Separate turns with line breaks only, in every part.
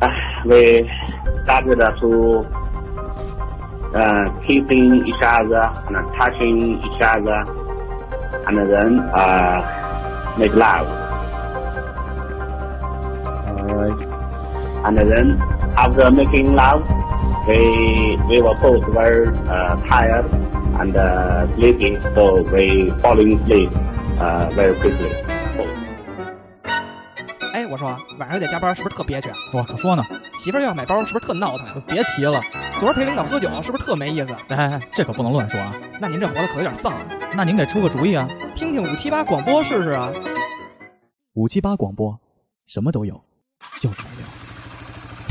唉，为大致的说，呃，提升一下子，那提升一下子，俺的人啊、呃、，make uh, love，呃，俺的人 after making love, we we were both very uh, tired and uh, sleepy, so we falling asleep uh, very quickly.
哎，我说晚上又得加班，是不是特憋屈啊？
我可说呢，
媳妇儿又要买包，是不是特闹腾呀？
别提了，
昨儿陪领导喝酒，是不是特没意思？
哎哎哎，这可不能乱说啊！
那您这活的可有点丧啊！
那您给出个主意啊！
听听五七八广播试试啊！
五七八广播，什么都有，就是没有。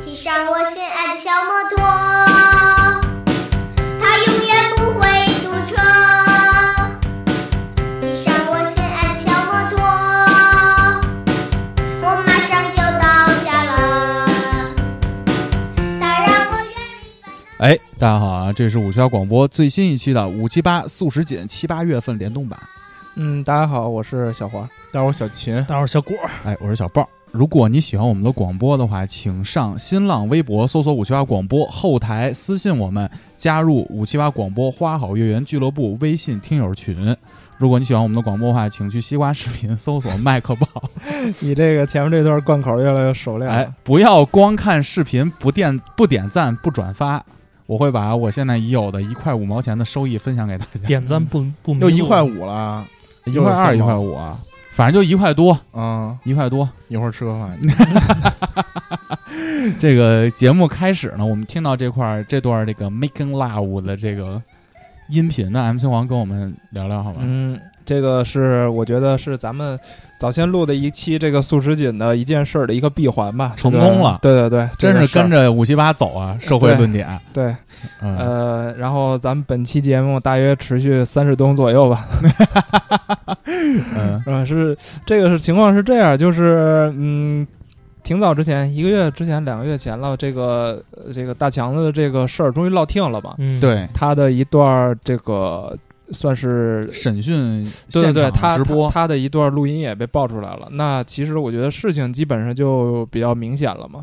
骑上我心爱的小摩托，它永远不会堵车。骑上我心爱的小摩托，我马上就到家了。它让我远离烦恼。
哎，大家好啊！这是五七八广播最新一期的五七八素食锦七八月份联动版。
嗯，大家好，我是小黄。
待会儿小秦，
大伙儿小果，
哎，我是小豹。如果你喜欢我们的广播的话，请上新浪微博搜索“五七八广播”，后台私信我们，加入“五七八广播花好月圆俱乐部”微信听友群。如果你喜欢我们的广播的话，请去西瓜视频搜索麦克宝。
你这个前面这段贯口越来越熟练了。
哎，不要光看视频，不点不点赞不转发，我会把我现在已有的一块五毛钱的收益分享给大家。
点赞不不迷路
又一块五了，
啊
一块二，一块五啊，反正就一块多，
嗯，
一块多。
一会儿吃个饭去。
这个节目开始呢，我们听到这块儿这段这个 making love 的这个音频呢，MC 黄跟我们聊聊好吗？
嗯，这个是我觉得是咱们早先录的一期这个素食锦的一件事儿的一个闭环吧，
成功了
这个对对对，
真
这个
是
事儿
跟着五七八走啊，社会论点。
对
嗯，
呃，然后咱们本期节目大约持续三十吨左右吧。
嗯
嗯，是这个是情况是这样，就是嗯。挺早之前，一个月之前、两个月前了，这个呃这个大强子的这个事儿终于落听了嘛。
嗯，，
对，
他的一段儿这个算是
审讯
对对
现
对，
场
他
直播，
他他的一段录音也被爆出来了。那其实我觉得事情基本上就比较明显了嘛，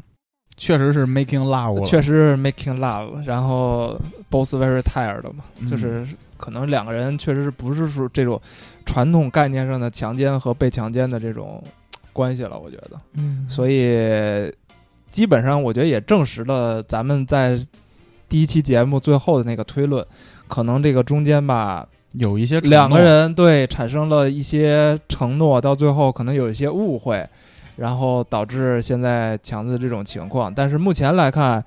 确实是 making love 了。
确实是 making love，然后 both very tired 嘛，
嗯
就是可能两个人确实是不是说这种传统概念上的强奸和被强奸的这种关系了，我觉得，
嗯，
所以基本上我觉得也证实了咱们在第一期节目最后的那个推论，可能这个中间吧，
有一些承诺
两个人对产生了一些承诺，到最后可能有一些误会，然后导致现在强子这种情况。但是目前来看，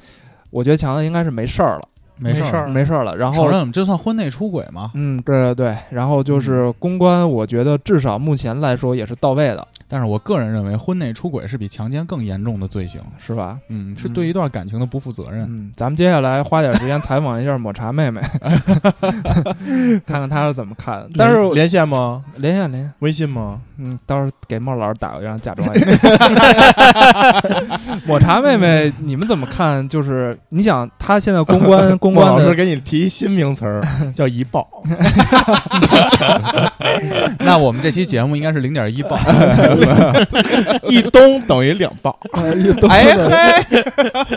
我觉得强子应该是没事儿了，
没事
没事
儿
儿，
嗯没事儿了。然
承
后，
认这算婚内出轨吗？
嗯，对对对，然后就是公关，我觉得至少目前来说也是到位的，
但是我个人认为，婚内出轨是比强奸更严重的罪行。
是吧？
嗯，是对一段感情的不负责任。
嗯，咱们接下来花点时间采访一下抹茶妹 妹，看看她是怎么看的。但是
连连线吗？
连线连线，
微信吗？
嗯，到时候给孟老师打个样，假装一 下。抹茶妹妹，
嗯
你们怎么看？就是你想，她现在公关 公
孟
关
老师
的，
给你提一新名词儿， 叫一爆。
那我们这期节目应该是零点一爆。
一东等于两爆。
哎嘿，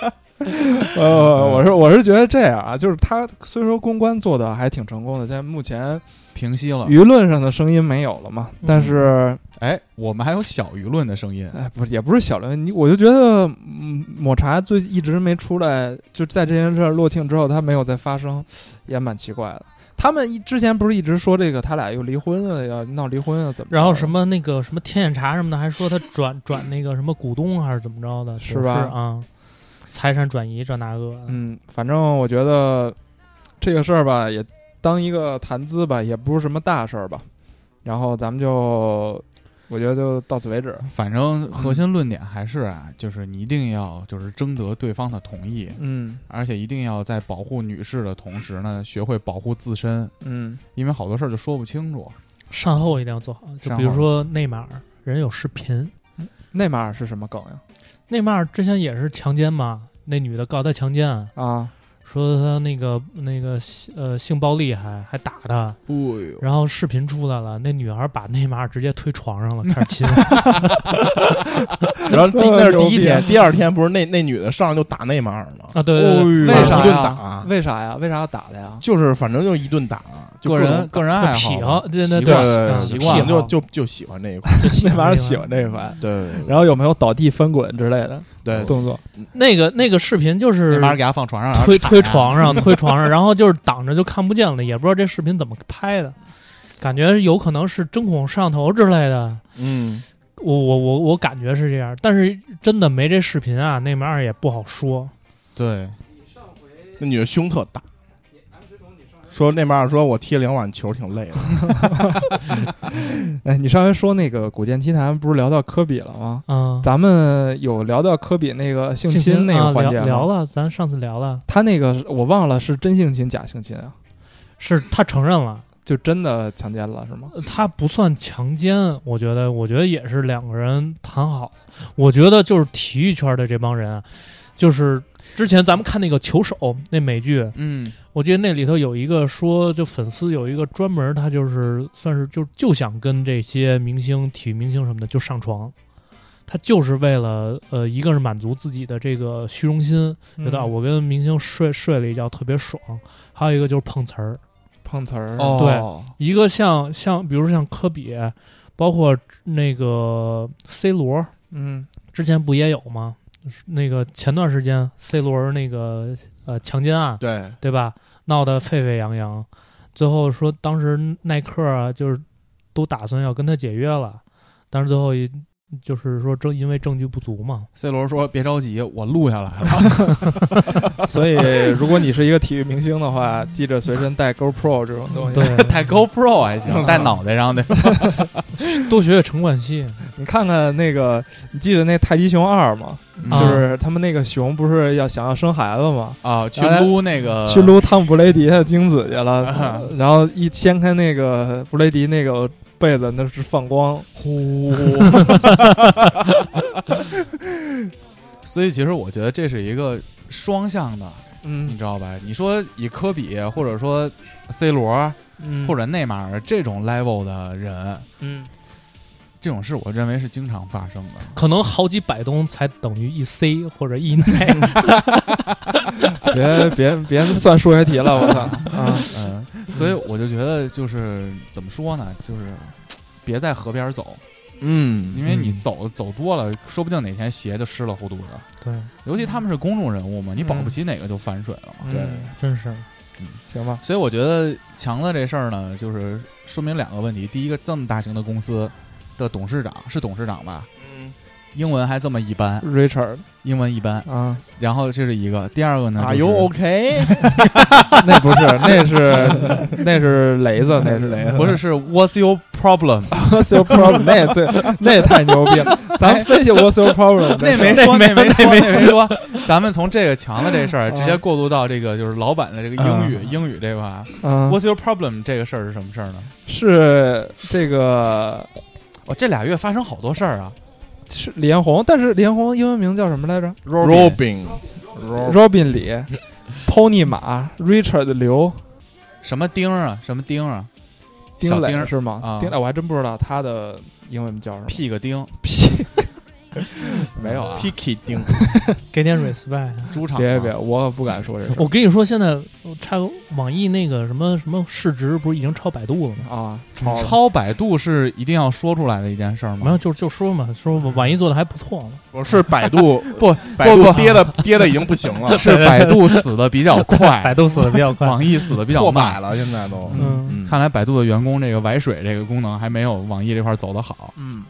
呃，我是我是觉得这样啊，就是她虽说公关做的还挺成功的，现在目前
平息了。
舆论上的声音没有了嘛，但
嗯
是
哎，我们还有小舆论的声音，
哎，不是也不是小刘，你我就觉得嗯抹茶最一直没出来，就在这件事儿落听之后，他没有再发声，也蛮奇怪的。他们一之前不是一直说这个他俩又离婚了，要闹离婚啊，怎么着的？
然后什么那个什么天眼查什么的，还说他转转那个什么股东还是怎么着的，
是
只
吧
啊，财产转移这那个的，
嗯，反正我觉得这个事儿吧，也当一个谈资吧，也不是什么大事儿吧。然后咱们就，我觉得就到此为止。
反正核心论点还是啊，就是你一定要就是征得对方的同意，
嗯
而且一定要在保护女士的同时呢，学会保护自身，
嗯，
因为好多事儿就说不清楚。
善后一定要做好。就
善
比如
后
说内马尔，人有视频，
内马尔是什么梗呀？
内马尔之前也是强奸嘛，那女的告他强奸，
啊，
说他那个那个呃性暴力还还打他，
哎呦，
然后视频出来了，那女孩把内马尔直接推床 上了，开始亲。
然后第那是第 一
哎呦，
天第二天不是那那女的上来就打内马尔吗？
啊，对
哎
对对，
为啥
一顿
呀？
打，啊
为啥呀？为啥要打他呀？
就是反正就一顿打，就
个
各种
人个人爱好
癖好，对对
习
对
惯
对
嗯
习惯
癖
就
好
就就喜欢这一块，
那玩意儿喜欢这一番。
对
然后有没有倒地翻滚之类的
对对
动作？
那个那个视频就
那
是
玩意儿给他放床上，然后
推
啊铲
推床上，推床上，然后就是挡着就看不见了，也不知道这视频怎么拍的，感觉有可能是针孔摄像头之类的。
嗯，
我我我我感觉是这样，但是真的没这视频啊，内马尔也不好说。
对，
那女的胸特大。说那边儿说，我踢了两晚球，挺累的。
哎，你上回说那个《古剑奇谭》不是聊到科比了吗？
嗯，
咱们有聊到科比那个性
性
侵那
啊
个环节
聊
吗？
聊了，咱上次聊了，
他那个是我忘了是真性侵假性侵啊，
是他承认了，
就真的强奸了是吗？
他不算强奸，我觉得，我觉得也是两个人谈好。我觉得就是体育圈的这帮人啊，就是之前咱们看那个球手那美剧，
嗯，
我记得那里头有一个说，就粉丝有一个专门，他就是算是就就想跟这些明星、体育明星什么的就上床，他就是为了呃，一个是满足自己的这个虚荣心，
嗯
觉得啊我跟明星睡睡了一觉特别爽，还有一个就是碰瓷儿，
嗯碰瓷儿，
哦，
一个像像比如说像科比，包括那个 C 罗，
嗯，
之前不也有吗？那个前段时间 C 罗那个呃强奸案，
对，
对吧？闹得沸沸扬扬，最后说当时耐克啊，就是都打算要跟他解约了，但是最后一就是说证因为证据不足嘛，
C 罗说别着急，我录下来了，
所以如果你是一个体育明星的话，记着随身带 GoPro 这种东
哦
西。
对，
带 GoPro 还行，带脑袋上的，
多学学陈冠希，
你看看那个，你记得那《泰迪熊二》吗？
嗯
啊
就是他们那个熊不是要想要生孩子吗？
啊，去撸那个
去撸汤姆布雷迪他的精子去
啊
了，然后一掀开那个布雷迪那个被子，那是放光。
嗯呼。所以其实我觉得这是一个双向的，你
嗯
知道吧？你说以科比或者说 C 罗
嗯
或者内马尔这种 level 的人，
嗯，
这种事我认为是经常发生的。
可能好几百吨才等于一 C 或者一 耐，
别别别算数学题了，我操 啊！
嗯，所以我就觉得就是怎么说呢，就是别在河边走，
嗯，
因为你走、走多了，说不定哪天鞋就湿了糊涂的。
对，
尤其他们是公众人物嘛，你保不齐哪个就反水了嘛。
嗯
对，
真是
行吧，
所以我觉得强子这事儿呢，就是说明两个问题：第一个，这么大型的公司的董事长是董事长吧？英文还这么一般，
，Richard
英文一般。
啊，
然后这是一个，第二个呢？
啊
哎
就是
，You OK？
那不是， 那是那是雷子，那是雷子，
不是是 What's your problem？
What's your problem？那也最那也太牛逼了，咱们分析 What's your problem？
那没说，那没说，啊那没说。咱们从这个强的这事儿直接过渡到这个就是老板的这个英语英语这块儿。啊
嗯，
What's your problem？这个事儿是什么事儿呢？
是这个
哦，这俩月发生好多事儿 啊。
是李彦宏，但是李彦宏英文名叫什么来着
Robin，
？Robin 李，Pony 马，Richard 刘，
什么丁儿啊，什么丁儿啊，
丁
小丁
磊
儿
是吗
啊？
丁磊哎我还真不知道他的英文叫什么。
屁个丁，
屁，没有啊。
Picky 丁，
给点 respect。
猪场
别
啊
别，我可不敢说这事
我跟你说，现在我拆网易那个什么什么市值不是已经超百度了吗？
啊，超了
超百度是一定要说出来的一件事儿
没有，
吗？
就就说嘛，说网易做的还不错嘛。
我是百度
不，
百度
不
跌的跌的已经不行 了，
是百度死的比较
百
快，
度死的比较快，
网易死的比较
破百
慢。
了，现在都。
嗯，
嗯，
看来百度的员工这个崴水这个功能还没有网易这块儿走得好。
嗯，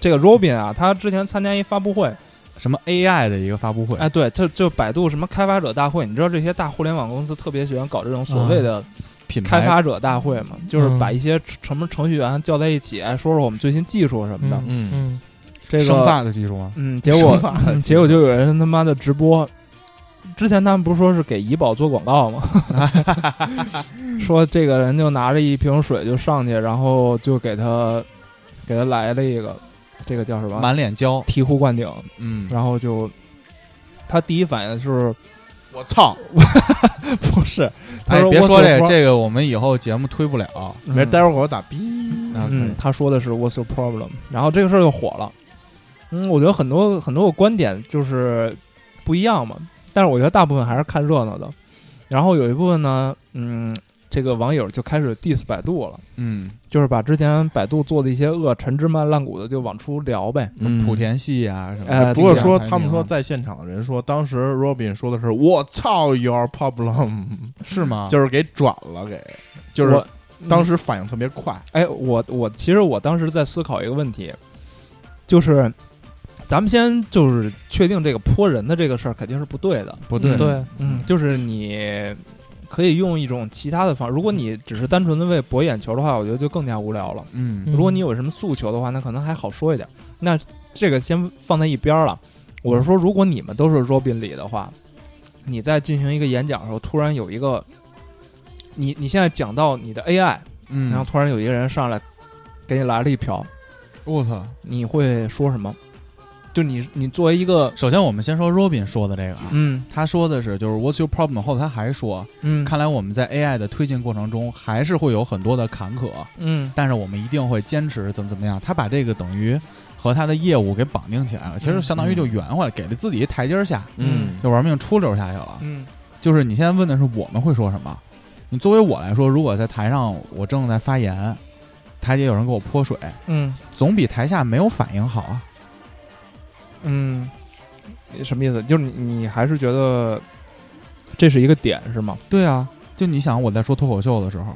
这个 Robin 啊，他之前参加一发布会，
什么 AI 的一个发布会，
哎，对，就就百度什么开发者大会，你知道这些大互联网公司特别喜欢搞这种所谓
嗯
的
品牌
开发者大会嘛，就是
嗯
把一些程什么程序员叫在一起，哎，说说我们最新技术什么的。
嗯
嗯，
这
生
个，
发的技术吗？
嗯，结果
生发的
嗯结果就有人他妈的直播。之前他们不是说是给怡宝做广告吗？ 说这个人就拿着一瓶水就上去，然后就给他给他来了一个，这个叫什么？
满脸胶，
嗯
醍醐灌顶。
嗯，
然后就他第一反应是
我操！
不是，他
哎，别说这
个
个，这个我们以后节目推不了。
嗯
没，待会儿我打逼。
那可以
嗯，他说的是 "What's your problem"，然后这个事儿就火了。嗯，我觉得很多很多个观点就是不一样嘛，但是我觉得大部分还是看热闹的。然后有一部分呢，嗯，这个网友就开始 diss 百度了，
嗯，
就是把之前百度做的一些恶陈芝麻烂谷的就往出聊呗。
嗯
莆田系啊什么
哎
的。
这
不
个
过
这
说
样
他们说
排
在现场的人说，当时 Robin 说的是“我操 your problem”，
名是吗？
就是给转了给，就是
啊我
当时反应特别快。
哎，我我其实我当时在思考一个问题，就是咱们先就是确定这个泼人的这个事儿肯定是不对的，
不对，
对，
嗯，就是你可以用一种其他的方，如果你只是单纯的为博眼球的话，我觉得就更加无聊了。
嗯
嗯
如果你有什么诉求的话，那可能还好说一点。那这个先放在一边儿了。我是说，如果你们都是 Robin 里的话，你在进行一个演讲的时候，突然有一个，你你现在讲到你的 AI，
嗯，
然后突然有一个人上来给你来了一瓢，
我操！
你会说什么？就你你作为一个，
首先我们先说 Robin 说的这个啊，
嗯
他说的是就是 What's your problem？后他还说，
嗯
看来我们在 AI 的推进过程中还是会有很多的坎坷，
嗯
但是我们一定会坚持怎么怎么样。他把这个等于和他的业务给绑定起来了，其实相当于就圆回来，给了自己一台阶下，
嗯
就玩命出溜下去了。
嗯
就是你现在问的是我们会说什么？你作为我来说，如果在台上我正在发言，台底有人给我泼水，
嗯
总比台下没有反应好啊。
嗯，什么意思？就是你你还是觉得这是一个点是吗？
对啊，就你想我在说脱口秀的时候，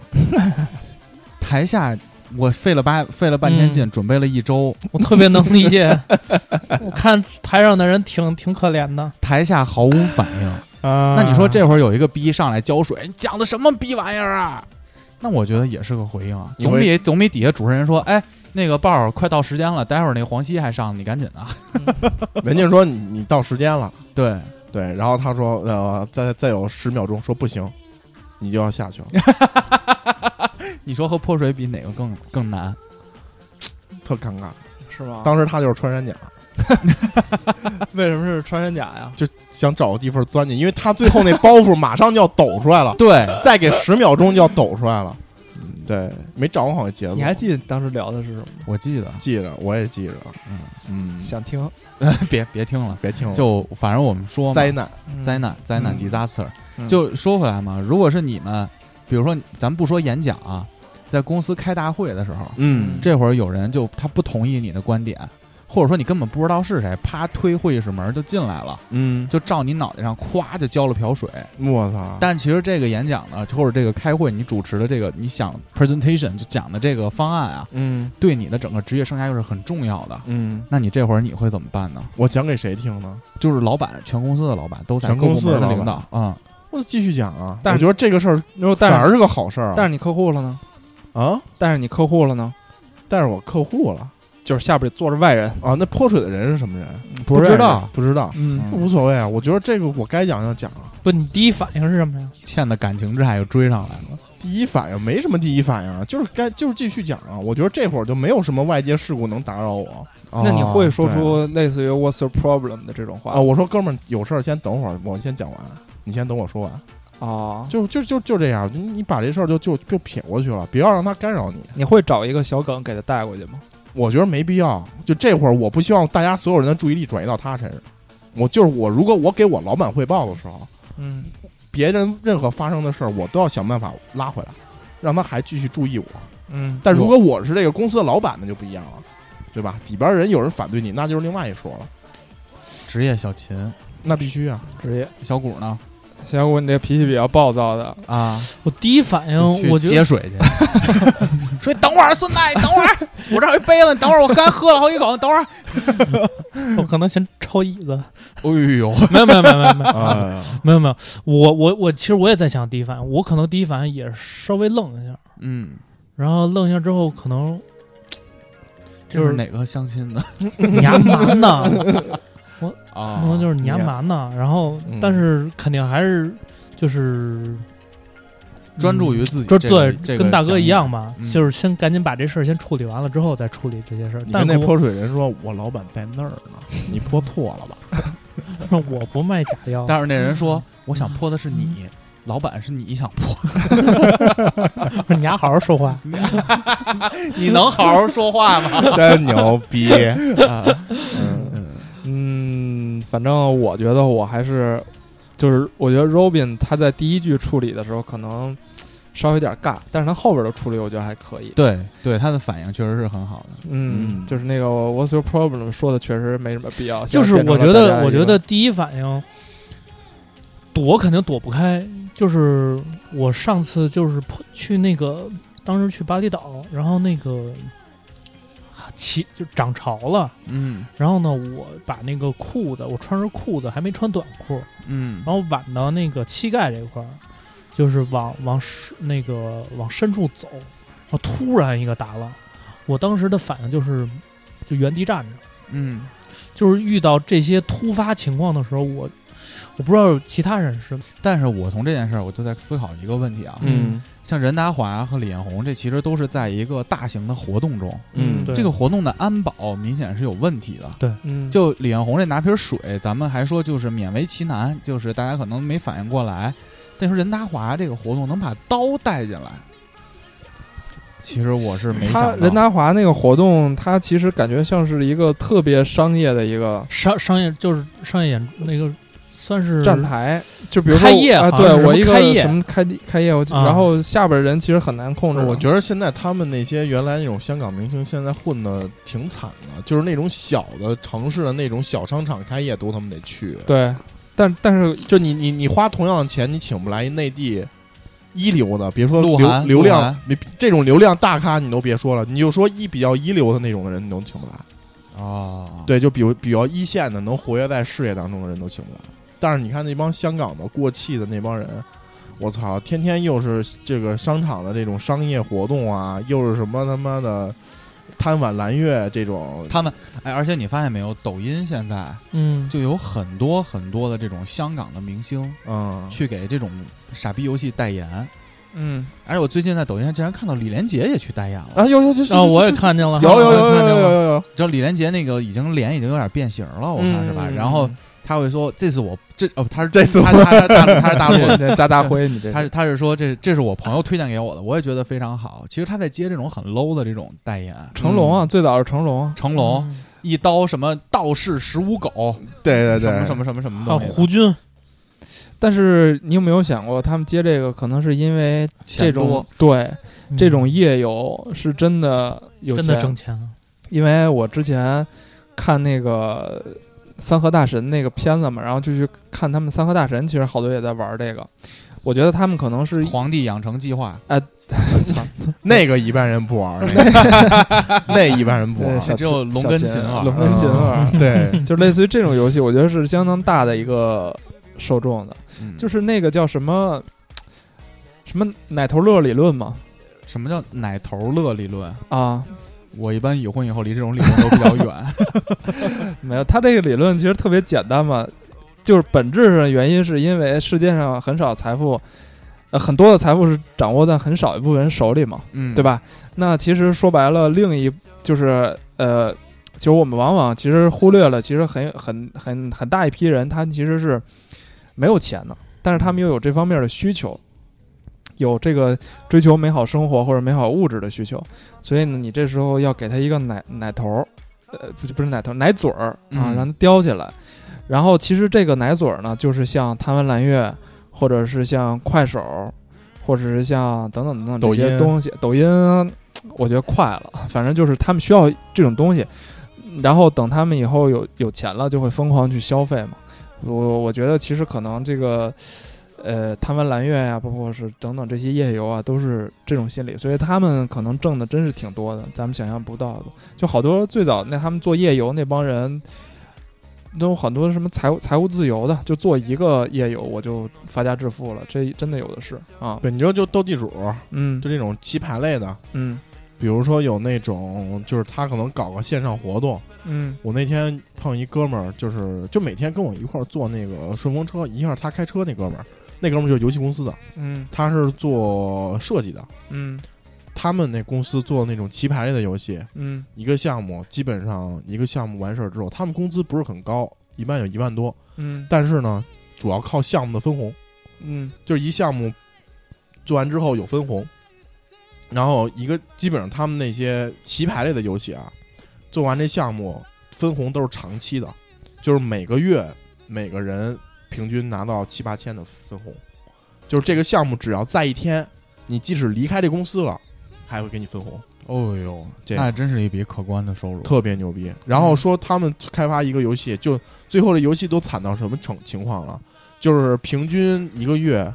台下我费了八费了半天劲，准备了一周，
我特别能理 解。我看台上的人挺挺可怜的，
台下毫无反应。
啊
那你说这会儿有一个逼上来浇水，你讲的什么逼玩意儿啊？那我觉得也是个回应啊，
你会
总比总比底下主持人说，哎，那个豹儿快到时间了，待会儿那黄西还上，你赶紧的。
人家说你你到时间了，
对，
对，然后他说呃，再再有十秒钟，说不行，你就要下去了，
你说和泼水比哪个更更难？，
特尴尬。
是吗？
当时他就是穿山甲，
为什么是穿山甲呀？
就想找个地方钻进，因为他最后那包袱马上就要抖出来了
对，
再给十秒钟就要抖出来了。对，没掌握好节奏。
嗯你还记得当时聊的是什么？
我记得，
记着，我也记着。嗯嗯，
想听
别别听了，
别听了，
就反正我们说嘛
灾难。
灾难灾难
嗯
disaster。
嗯
就说回来嘛，如果是你们，比如说咱不说演讲啊，在公司开大会的时候，
嗯
这会儿有人就他不同意你的观点，或者说你根本不知道是谁，啪推会议室门就进来了，
嗯，
就照你脑袋上咵就浇了瓢水。
我操！
但其实这个演讲呢，或者这个开会你主持的这个，你想 presentation 就讲的这个方案啊，
嗯
对你的整个职业生涯又是很重要的。
嗯，
那你这会儿你会怎么办呢？
我讲给谁听呢？
就是老板，全公司的老板都在
全
各
公
部
司
门
的
的
老
领导
板
啊、
我继续讲啊。
但
我
是
觉得这个事儿
如果
反
但是
而是个好事儿
但
啊。
是你客户了呢？
啊，
但是你客户了呢？
但是我客户了
就是下边坐着外人，
啊。那泼水的人是什么人？
不
认识
知道，
不知道，
嗯，
嗯，
无所谓啊。我觉得这个我该讲要讲啊。
不，你第一反应是什么呀？
欠的感情债又追上来了。
第一反应没什么第一反应啊，就是该就是继续讲啊。我觉得这会儿就没有什么外界事故能打扰我
那你会
哦
说出类似于 "What's your problem" 的这种
啊。
话
我说哥们儿，有事儿先等会儿，我先讲完，你先等我说完。
啊？
就就就就这样，你你把这事儿就就就撇过去了，不要让他干扰你。
你会找一个小梗给他带过去吗？
我觉得没必要。就这会儿，我不希望大家所有人的注意力转移到他身上。我就是我，如果我给我老板汇报的时候，
嗯，
别人任何发生的事儿，我都要想办法拉回来，让他还继续注意我。
嗯，
但如果我是这个公司的老板，那就不一样了，对吧？底边人有人反对你，那就是另外一说了。
职业小秦，
那必须啊，
职业
小谷呢？
小谷，你这脾气比较暴躁的，
啊，
我第一反
去
应，我觉
接
得
水去。 说你等会儿，孙大爷，等会儿，我这儿有一杯子，你等会儿，我刚喝了好几口，你等会儿。
我可能先抄椅子。
哎呦，
没有没有没有没有没有
啊，
没有没有，我我我其实我也在想第一反应，我可能第一反应也稍微愣一下，
嗯，
然后愣一下之后可能
这
就是
是哪个相亲的
你丫瞒呢，可
啊？
能就是你丫
你丫
瞒呢，然后
嗯
但是肯定还是就是
专注于自己
这
这个。
嗯对
这个
跟大哥
讲
一样吧，
嗯
就是先赶紧把这事儿先处理完了之后再处理这些事儿。
你
但
跟那
是我
泼水人说，我老板在那儿呢，你泼错了吧？
我不卖假药，
但是那人
嗯
说，我想泼的是你，老板是你想泼，
你丫好好说话。
你能好好说话吗？
真牛逼！
啊
嗯，
嗯，反正我觉得我还是，就是我觉得 Robin 他在第一句处理的时候可能稍微有点尬，但是他后边的处理我觉得还可以。
对对，他的反应确实是很好的。
嗯，
嗯
就是那个 What's your problem 说的确实没什么必要。
就是
现在
我
变成
觉
了大家
得，
一
我觉
个
得第一反应躲肯定躲不开。就是我上次就是碰去那个，当时去巴厘岛，然后那个啊起就涨潮了，
嗯
然后呢，我把那个裤子，我穿着裤子还没穿短裤，
嗯
然后挽到那个膝盖这块儿，就是往往深那个往深处走，然后突然一个打浪，我当时的反应就是就原地站着。
嗯
就是遇到这些突发情况的时候，我我不知道其他人是，
但是我从这件事儿，我就在思考一个问题啊，
嗯
像任达华和李彦宏，这其实都是在一个大型的活动中，
嗯
对
这个活动的安保明显是有问题的。
嗯
就李彦宏这拿瓶水，咱们还说就是勉为其难，就是大家可能没反应过来。但是任达华这个活动能把刀带进来，其实我是没想
他
到。
任达华那个活动，他其实感觉像是一个特别商业的一个
商商业就是商业演那个算
嗯
是
站台，就比如说
开业
啊，
好
对
像是
我
什么
一个
开业
什么开地开业，我就
啊
然后下边人其实很难控制。
我觉得现在他们那些原来那种香港明星，现在混的挺惨的，就是那种小的城市的那种小商场开业都他们得去。
对，但但是
就你你你花同样的钱，你请不来一内地一流的，别说
鹿
流
晗
流
鹿
量
晗，
你这种流量大咖你都别说了，你就说一比较一流的那种的人，你都请不来。
哦，
对，就比如比较一线的能活跃在事业当中的人都请不来。但是你看那帮香港的过气的那帮人，我操，天天又是这个商场的这种商业活动啊，又是什么他妈的贪晚蓝月这种，
他们哎，而且你发现没有，抖音现在
嗯，
就有很多很多的这种香港的明星
嗯，
去给这种傻逼游戏代言，
嗯，
而且我最近在抖音上竟然看到李连杰也去代言了。
啊，有有有
啊，我也看见了，
有有有
我也
有
看见
有有
了，
有有，
你知道李连杰那个已经脸已经有点变形了，我看是吧？
嗯
然后他会说：“这是我这哦，他是
这是
他他他他他是大陆
对
的，
对加大辉，你这
他是他是说这这是我朋友推荐给我的，我也觉得非常好。其实他在接这种很 low 的这种代言，嗯
成龙啊，最早是成龙啊，
成龙、一刀什么道士十五狗，
对对
什
对，
么什么什么什么
啊，
东西的，
胡军，
但是你有没有想过，他们接这个可能是因为这
钱
种
多
对
嗯
这种夜游是真的有
真的挣钱了，
因为我之前看那个三河大神那个片子嘛，然后就去看他们三河大神，其实好多也在玩这个。我觉得他们可 能是，
皇帝养成计划，
操
那个一般人不玩儿，那个那一般人不玩
对
儿，
小
只有
秦
龙啊
小
跟
秦
秦玩
龙跟秦玩，
对，
就类似于这种游戏，我觉得是相当大的一个受众的。
嗯
就是那个叫什么什么奶头乐理论嘛，
什么叫奶头乐理论？
啊，
我一般已婚以后离这种理论都比较远。
没有，他这个理论其实特别简单嘛，就是本质上的原因是因为世界上很少财富，呃，很多的财富是掌握在很少一部分人手里嘛，
嗯，
对？吧？那其实说白了，另一就是呃，就是我们往往其实忽略了，其实很很很很大一批人，他其实是没有钱的，但是他们又有这方面的需求。有这个追求美好生活或者美好物质的需求，所以呢，你这时候要给他一个奶奶头儿，呃，不是不是奶头儿，奶嘴儿啊，
嗯
让他叼起来。然后其实这个奶嘴儿呢，就是像贪玩蓝月，或者是像快手，或者是像等等等等这
抖
些
音
东西，抖音，我觉得快了，反正就是他们需要这种东西，然后等他们以后有有钱了，就会疯狂去消费嘛。我我觉得其实可能这个，呃，贪玩蓝月呀、包括是等等这些夜游啊，都是这种心理，所以他们可能挣的真是挺多的，咱们想象不到的。就好多最早那他们做夜游那帮人，都有很多什么财 务财务自由的，就做一个夜游我就发家致富了，这真的有的是啊。
对，你知道就斗地主，
嗯
就这种棋牌类的，
嗯
比如说有那种就是他可能搞个线上活动，
嗯
我那天碰一哥们儿，就是就每天跟我一块儿坐那个顺风车，一块儿他开车那哥们儿，那哥们儿就是游戏公司的，
嗯
他是做设计的，
嗯
他们那公司做那种棋牌类的游戏，
嗯
一个项目基本上一个项目完事儿之后，他们工资不是很高，一般有一万多，
嗯
但是呢，主要靠项目的分红，
嗯
就是一项目做完之后有分红，然后一个基本上他们那些棋牌类的游戏啊，做完这项目分红都是长期的，就是每个月每个人平均拿到七八千的分红，就是这个项目只要在一天，你即使离开这公司了，还会给你分红，
哦呦，
这
那真是一笔可观的收入。
特别牛逼。然后说他们开发一个游戏，就最后这游戏都惨到什么情情况了？就是平均一个月，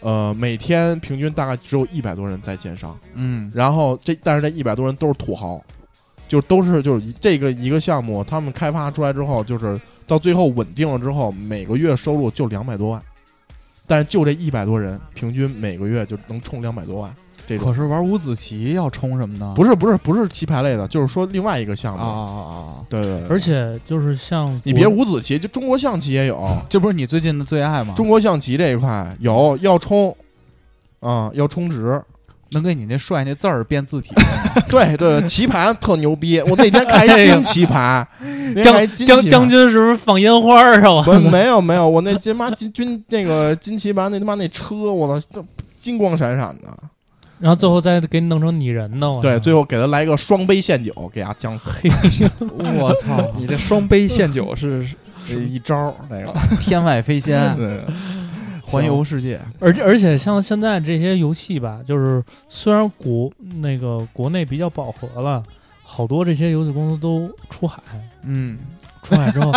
呃，每天平均大概只有一百多人在线上，
嗯
然后这但是这一百多人都是土豪，就都是就是一这个一个项目，他们开发出来之后，就是到最后稳定了之后，每个月收入就两百多万，但是就这一百多人，平均每个月就能冲两百多万。这种
可是玩五子棋要冲什么呢？
不
是
是不是不是棋牌类的，就是说另外一个项
啊
目。
啊啊啊！
对对对，
而且就是像
你别五子棋，就中国象棋也
啊
有，
这不是你最近的最爱吗？
中国象棋这一块有要充，啊、要 充值，
能给你那帅那字儿变字体，
对对，棋盘特牛逼，我那天看一金棋盘，那天看
哎将
一金
将
棋
将
盘。
军是不是放烟花儿啊？
啊不
我
是没有没有，我那金妈金军那个金棋盘那他妈那车，我操，金光闪闪的。
然后最后再给你弄成拟人呢？我
对，
操
最后给他来个双杯陷阱，给他将死，
我 操！
你这双杯献酒是
一招儿那个。
天外飞仙，
对
环游世界。
而且而且像现在这些游戏吧，就是虽然国那个国内比较饱和了，好多这些游戏公司都出海，
嗯，
出海 之后，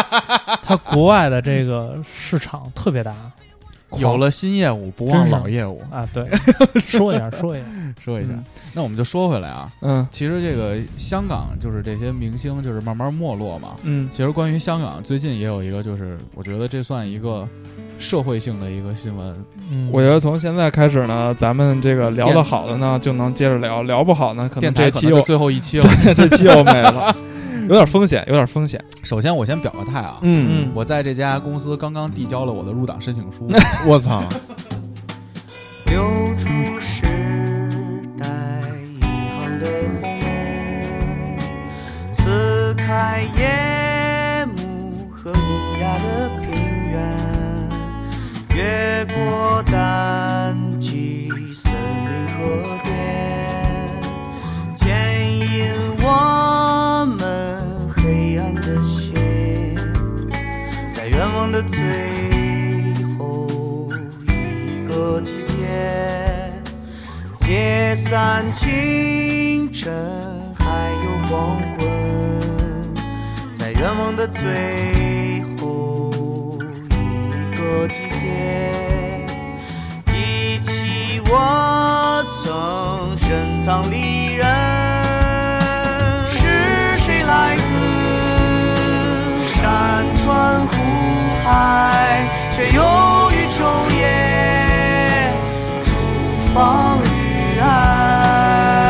它国外的这个市场特别大
有了新业务不
真
忘
是
老业务。
啊。 对，说一下说一下，
说一下
嗯，
那我们就说回来啊，
嗯
其实这个香港就是这些明星就是慢慢没落嘛。
嗯
其实关于香港，最近也有一个，就是我觉得这算一个社会性的一个新闻，
嗯，
我觉得从现在开始呢，咱们这个聊得好的呢，就能接着聊；聊不好呢，可
电
能
台
这
可
期
能就
又
最后一期了。
这期又没了，有点风险，有点风险。
首先，我先表个态啊，
嗯，
我在这家公司刚刚递交了我的入党申请书，
我操，
流出时代遗憾的红梦，撕开夜幕和无涯的平原，越过淡季森林和电，牵引我们黑暗的心。在愿望的最后一个季节，解散清晨还有黄昏，在愿望的最后一个季节，记起我曾深藏离人。是谁来自山川湖海，却又于昼夜厨房与爱？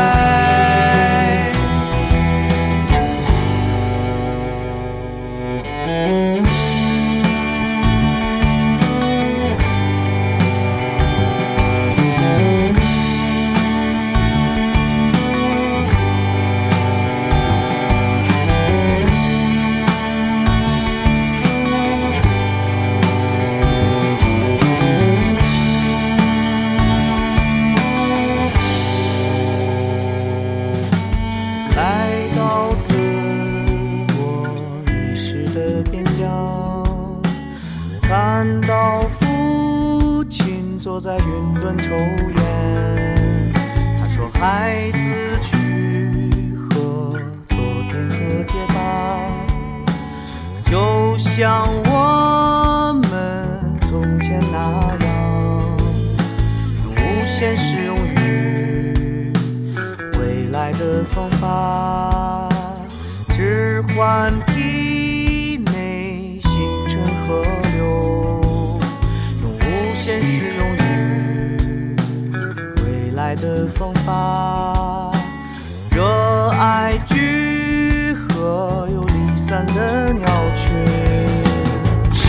来到自我意识的边疆，看到父亲坐在云端抽烟。他说：“孩子，去和昨天和解吧，就像我们从前那样，用无限适用于。”未来的方法，置换体内星辰河流，用无限适用于未来的方法，热爱聚合又离散的鸟群，是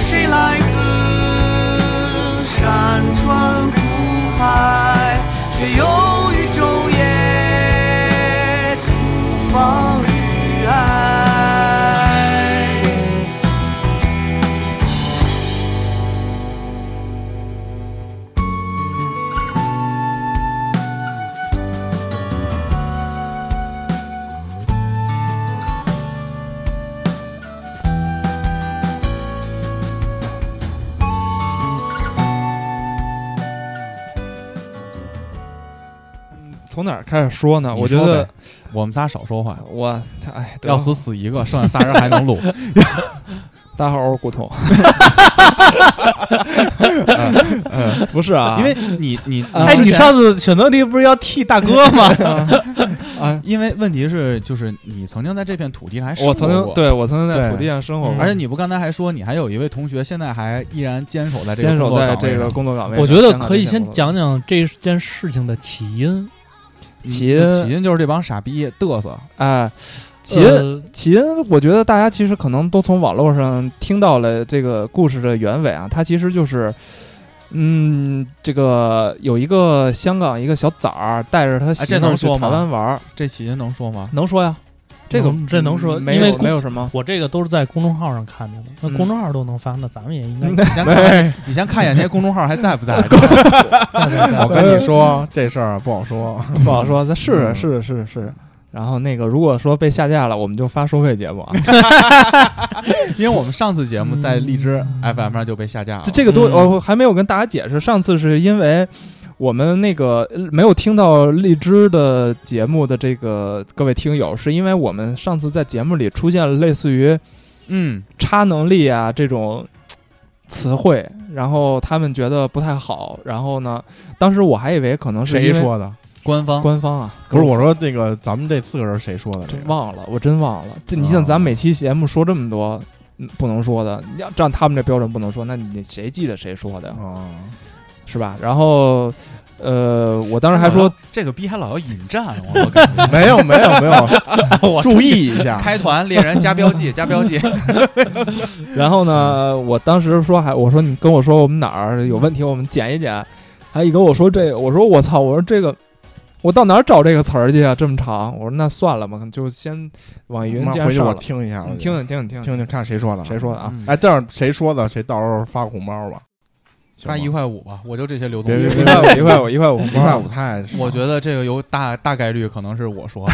谁来自山川湖海，却又于昼夜厨房与爱？
从哪儿开始说呢？
你
我觉
说
得
呗我们仨少说 话，
我哎，得
啊
要
了
死死一个，剩下仨人还能录。
大家好，我是古潼。嗯不是啊，
因为你你
啊
哎，
之
你
前
上次选择题不是要替大哥吗？
啊，
因为问题是就是你曾经在这片土地上还生
我曾
活
经
过，
对我曾经在
对
土地上生活
嗯
过，
而且你不刚才还说你还有一位同学现在还依然坚守在这个
坚
工
守
作
在
岗位
这个
上
工作岗位上。
我觉得
香港
可
这
以
些
先
工作
讲讲这件事情的起因。
起
嗯
因
起因就是这帮傻逼嘚瑟，啊
哎，起因
呃
起因，我觉得大家其实可能都从网络上听到了这个故事的原委啊，它其实就是，嗯，这个有一个香港一个小崽儿带着
啊
他媳
这
妇
能
儿去
说
台
吗
湾玩儿，
这起因能说 吗？
能说呀？这个
能这能说
嗯没
因为
有没有什么，
我这个都是在公众号上看见的，那
嗯
公众号都能发，那咱们也应该
你先看，你先看一眼那些公众号还在 不在？
在在在
我跟你说这事儿不好说，
不好说，他
嗯
是是是是。然后那个，如果说被下架了，我们就发收费节目啊。
因为我们上次节目在荔枝 FM 上就被下架了。
这这个都
嗯
我还没有跟大家解释，上次是因为我们那个呃没有听到荔枝的节目的这个各位听友，是因为我们上次在节目里出现了类似于
嗯，
差能力啊这种嘖词汇，然后他们觉得不太好，然后呢，当时我还以为可能是
谁
因为
说的？
官方
官方啊，
不是我说那个咱们这四个人谁说的？这
真
个
忘了，我真忘了。这你
哦
想，咱每期节目说这么多。嗯不能说的，你要按他们这标准不能说，那你谁记得谁说的呀？
啊，
是吧？然后，呃，我当时还说，
这个逼还老要引战，我我感觉
没有没有没有，
我
注意一下，
开团猎人加标 记加标记，
然后呢，我当时说还我说你跟我说我们哪儿有问题，我们剪一剪。还一跟我说这个，我说我操，我说这个，我到哪儿找这个词儿去啊？这么长，我说那算了吧，可能就先网易云
妈
既然
回去
上
我
了，
听一下，
你
我
听
觉得
听听听
听听看谁说的，
谁说的
嗯
啊？
哎，但是谁说的，谁到时候发红包吧，行
发
吗
一块五吧，我就这些流动
别别
性
一。块五，一块五，一块五，
嗯 一块五太少，
我觉得这个有大大概率可能是我说，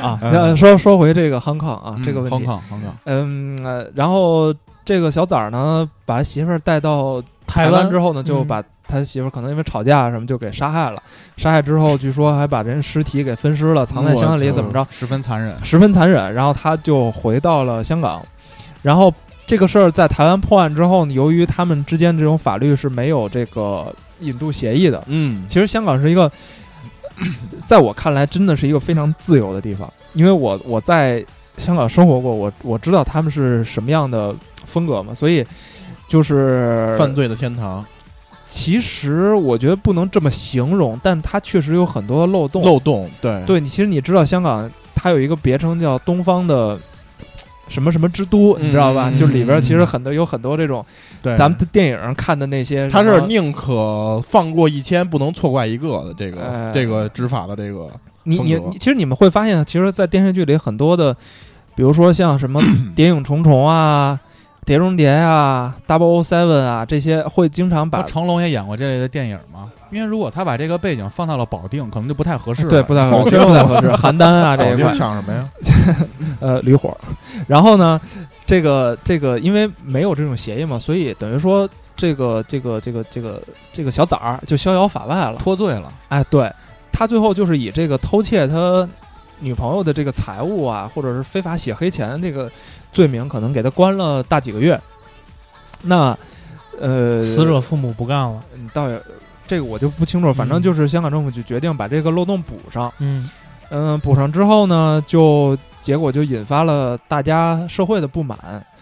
啊！
嗯
那说说回这个 Hong Kong 啊，这个问
荒
题，
唐荒唐，
嗯，呃然后这个小崽儿呢，把他媳妇儿带到
台
湾
湾
之后呢，就
嗯
把他媳妇儿可能因为吵架什么就给杀害了。杀害之后，据说还把人尸体给分尸了，藏在箱子里，怎么着，
十分残忍。
十分残忍。然后他就回到了香港，然后这个事儿在台湾破案之后呢，由于他们之间这种法律是没有这个引渡协议的，
嗯，
其实香港是一个，在我看来真的是一个非常自由的地方，因为我我在香港生活过，我我知道他们是什么样的风格嘛，所以就是
犯罪的天堂
其实我觉得不能这么形容，但它确实有很多漏洞。
漏洞，对，
对你，其实你知道香港它有一个别称叫“东方的什么什么之都”，
嗯
你知道吧？
嗯
就里边其实很多有很多这种
对
咱们的电影上看的那些什
他
么，
是宁可放过一千，不能错怪一个的这
哎
个这个执法的这个，
你你
风格
你，其实你们会发现，其实，在电视剧里很多的，比如说像什 么《谍影重重》啊。碟中谍啊，Double Seven 啊，这些会经常把
那成龙也演过这类的电影吗？因为如果他把这个背景放到了保定，可能就不太
啊
合适了。
对不太合
保
适，确
定
实不太合适。邯郸啊这
我
一
就
块，
哦抢什么呀？
呃驴火，然后呢，这个这个因为没有这种协议嘛，所以等于说这个这个这个这个这个小崽儿就逍遥法外了。
脱罪了。
哎，对他最后就是以这个偷窃他女朋友的这个财物啊，或者是非法洗黑钱这个罪名，可能给他关了大几个月。那呃，
死者父母不干了。
嗯倒也这个我就不清楚，反正
嗯
就是香港政府就决定把这个漏洞补上。
嗯
嗯，补上之后呢，就结果就引发了大家社会的不满。，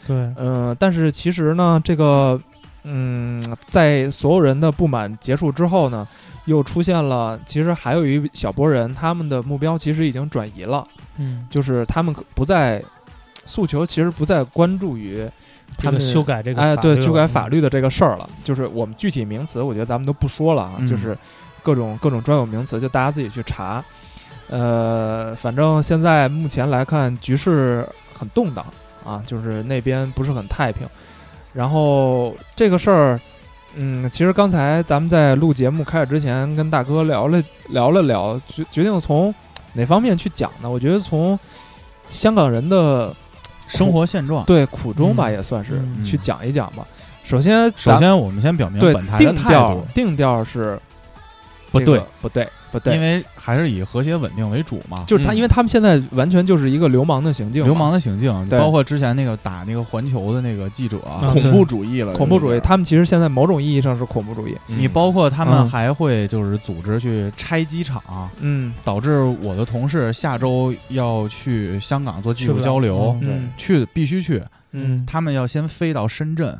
对，
嗯、但是其实呢，这个嗯，在所有人的不满结束之后呢，又出现了，其实还有一小波人，他们的目标其实已经转移了，
嗯，
就是他们可不再诉求，其实不再关注于他
这个
们
修改这个
哎，
法律
对，修改
了嗯
法，律的这个事儿了，就是我们具体名词，我觉得咱们都不说了啊，
嗯
就是各种各种专有名词，就大家自己去查。呃，反正现在目前来看，局势很动荡啊，就是那边不是很太平。然后这个事儿，嗯，其实刚才咱们在录节目开始之前，跟大哥聊了聊了聊，决决定从哪方面去讲呢？我觉得从香港人的
生活现状。
对苦衷吧，
嗯
也算是、
嗯
去讲一讲吧。首先咱，
首先，我们先表明
对
本台的
定
态
调
度，
定调是
不
这个
对，嗯
不对，不
因
对，
为还是以和谐稳定为主嘛。
就是他，因为他们现在完全就是一个流氓的行径嘛，
流氓的行径，
对
包括之前那个打那个环球的那个记者，
啊
恐怖主义
嗯
了，
恐怖主义，
有点
他们其实现在某种意义上是恐怖主义。
嗯
你包括他们
嗯
还会就是组织去拆机场，
嗯
导致我的同事下周要去香港做技
去
术
不了
交流，
嗯
去必须去，
嗯
他们要先飞到深圳，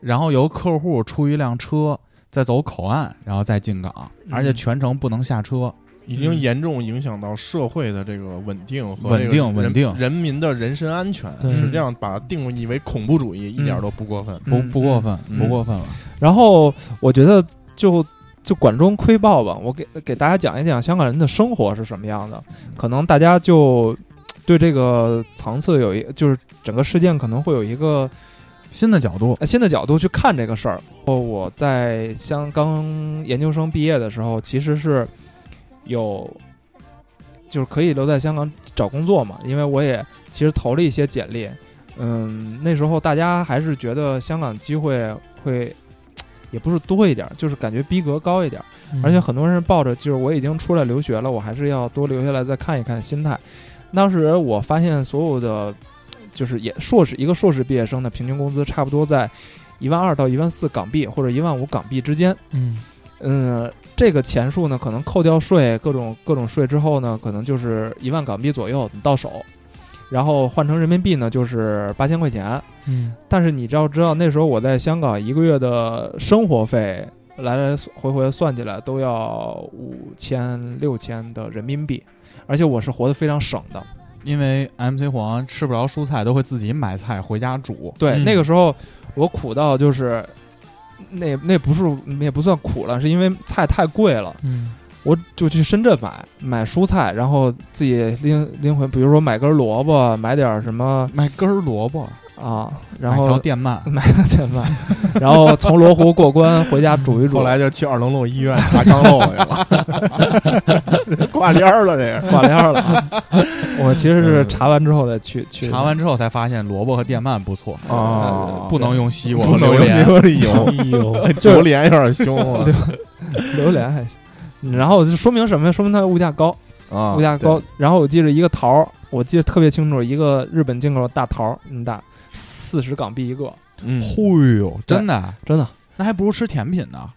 然后由客户出一辆车，再走口岸，然后再进港，而且全程不能下车。
已经严重影响到社会的这个稳定和
稳
这个
定
人
稳定
人民的人身安全，
对
实际上把它定义为恐怖主义一点都不过分。
不
嗯
不过分，
嗯
不过分了。
然后我觉得就就管中窥豹吧，我给给大家讲一讲香港人的生活是什么样的，可能大家就嘖对这个层次有一就是整个事件可能会有一个
新的角度，
呃新的角度去看这个事儿。哦，我在香刚研究生毕业的时候，其实是有就是可以留在香港找工作嘛，因为我也其实投了一些简历。嗯，那时候大家还是觉得香港机会会也不是多一点儿，就是感觉逼格高一点儿。
嗯
而且很多人抱着就是我已经出来留学了，我还是要多留下来再看一看心态。当时我发现所有的就是也硕士一个硕士毕业生的平均工资差不多在一万二到一万四港币或者一万五港币之间。
嗯
嗯，这个钱数呢，可能扣掉税各种各种税之后呢，可能就是一万港币左右到手，然后换成人民币呢就是八千块钱。
嗯
但是你知道，知道那时候我在香港一个月的生活费来来回回算起来都要五千六千的人民币，而且我是活得非常省的。
因为 MC 黄吃不着蔬菜，都会自己买菜回家煮。
对，
嗯
那个时候我苦到就是，那那不是也不算苦了，是因为菜太贵了，
嗯
我就去深圳买买蔬菜，然后自己拎拎回，比如说买根萝卜，买点什么
买根儿萝卜，
啊，然
买条
后
电鳗，
买个电饭，然后从罗湖过关回家煮一煮
后。来就去二龙路医院查肛瘘去了，挂帘儿了，这个
挂链儿了、啊。我其实是查完之后再去去
查完之后才发现萝卜和电鳗不错，
哦
啊不能用西瓜
不
和
能
榴
用
莲
这。个理 由，
哎呦，
榴莲有点凶啊
榴莲还行。然后就说明什么呀？说明它物价高，
啊！
物价高。然后我记着一个桃儿，我记得特别清楚，一个日本进口的大桃儿，那么大，四十港币一个，
对，嗯，
忽悠，真的，啊
真的。
那还不如吃甜品呢。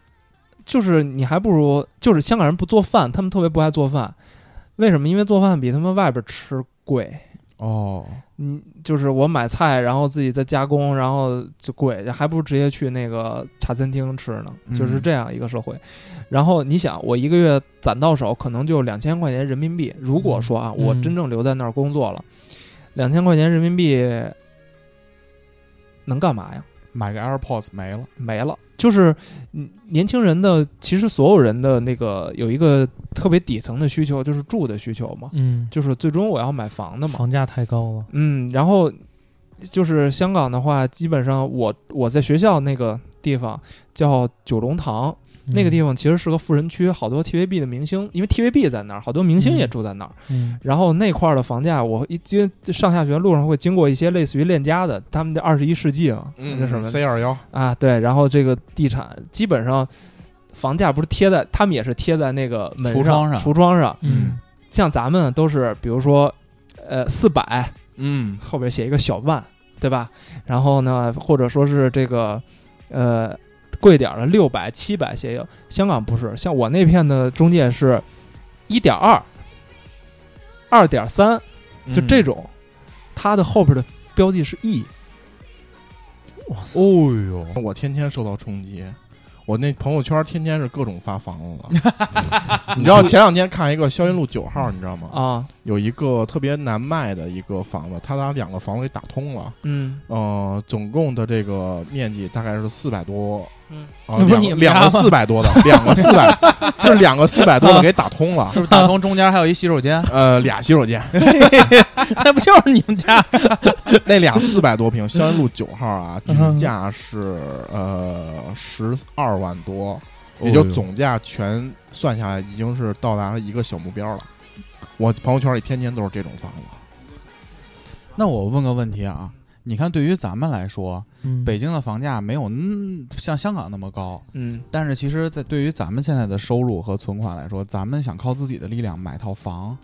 就是你还不如，就是香港人不做饭，他们特别不爱做饭，为什么？因为做饭比他们外边吃贵。
哦，
嗯，就是我买菜，然后自己再加工，然后就贵，还不如直接去那个茶餐厅吃呢。
嗯
就是这样一个社会。然后你想，我一个月攒到手可能就两千块钱人民币。如果说啊，
嗯
我真正留在那儿工作了，两千块钱人民币能干嘛呀？
买个 AirPods 没了。
没了。就是嗯年轻人的，其实所有人的那个有一个特别底层的需求，就是住的需求嘛，
嗯，
就是最终我要买房的嘛。
房价太高了，
嗯，然后就是香港的话，基本上我我在学校那个地方叫九龙塘，那个地
嗯
方，
方其实是个富人区，好多 TVB 的明星，因为 TVB 在那儿，好多明星也住在那儿。
嗯
然后那块儿的房价，我一经上下学路上会经过一些类似于链家的，他们的二十一世纪啊，那
嗯
什么
C 二幺，
啊，对，然后这个地产基本上。房价不是贴在，他们也是贴在那个门
橱窗上
橱窗上。
嗯
像咱们都是，比如说，呃，四百，
嗯，
后边写一个小万，对吧？然后呢，或者说是这个，呃，贵点儿的六百、七百写有。香港不是，像我那片的中介是一点二、二点三，就
嗯
这种，它的后边的标记是 E，
哦呦，
我天天受到冲击，我那朋友圈天天是各种发房子。 你知道前两天看一个霄云路九号，你知道吗？
啊，
有一个特别难卖的一个房子，他把两个房子给打通了，
嗯，
呃，总共的这个面积大概是四百多。
嗯
啊，
那不是
两
你
个
们家
两个
吗啊
四百多的，两个四百， 是两个四百多的给打通了
是，不是大通中间还有一洗手间？
呃，俩洗手间，
那嗯哎不就是你 们家？
那俩四百多平，霄云路九号啊，
嗯
均价是呃十二万多，
哦呦
也就总价全算下来已经是到达了一个小目标了。我朋友圈里天天都是这种房子，
那我问个问题啊，你看，对于咱们来说，
嗯，
北京的房价没有、嗯、像香港那么高，
嗯
但是其实，在对于咱们现在的收入和存款来说，咱们想靠自己的力量买套房，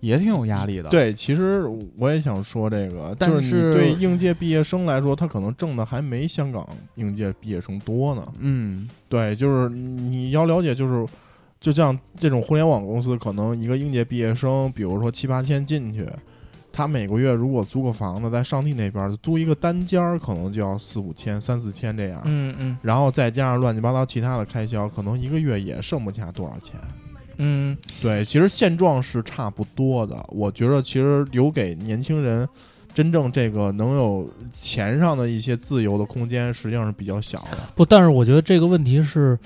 也挺有压力的。，
对，其实我也想说这个，
但
就是你对应届毕业生来说，他可能挣的还没香港应届毕业生多呢。
嗯，
对，就是你要了解，就是就像这种互联网公司，可能一个应届毕业生，比如说七八千进去，他每个月如果租个房子在上地那边儿租一个单间儿，可能就要四五千、三四千
啊
这样。
嗯嗯
然后再加上乱七八糟其他的开销，可能一个月也剩不下多少钱。
嗯，
对，其实现状是差不多的。我觉得其实留给年轻人真正这个能有钱上的一些自由的空间，实际上是比较小的。
不，但是我觉得这个问题是，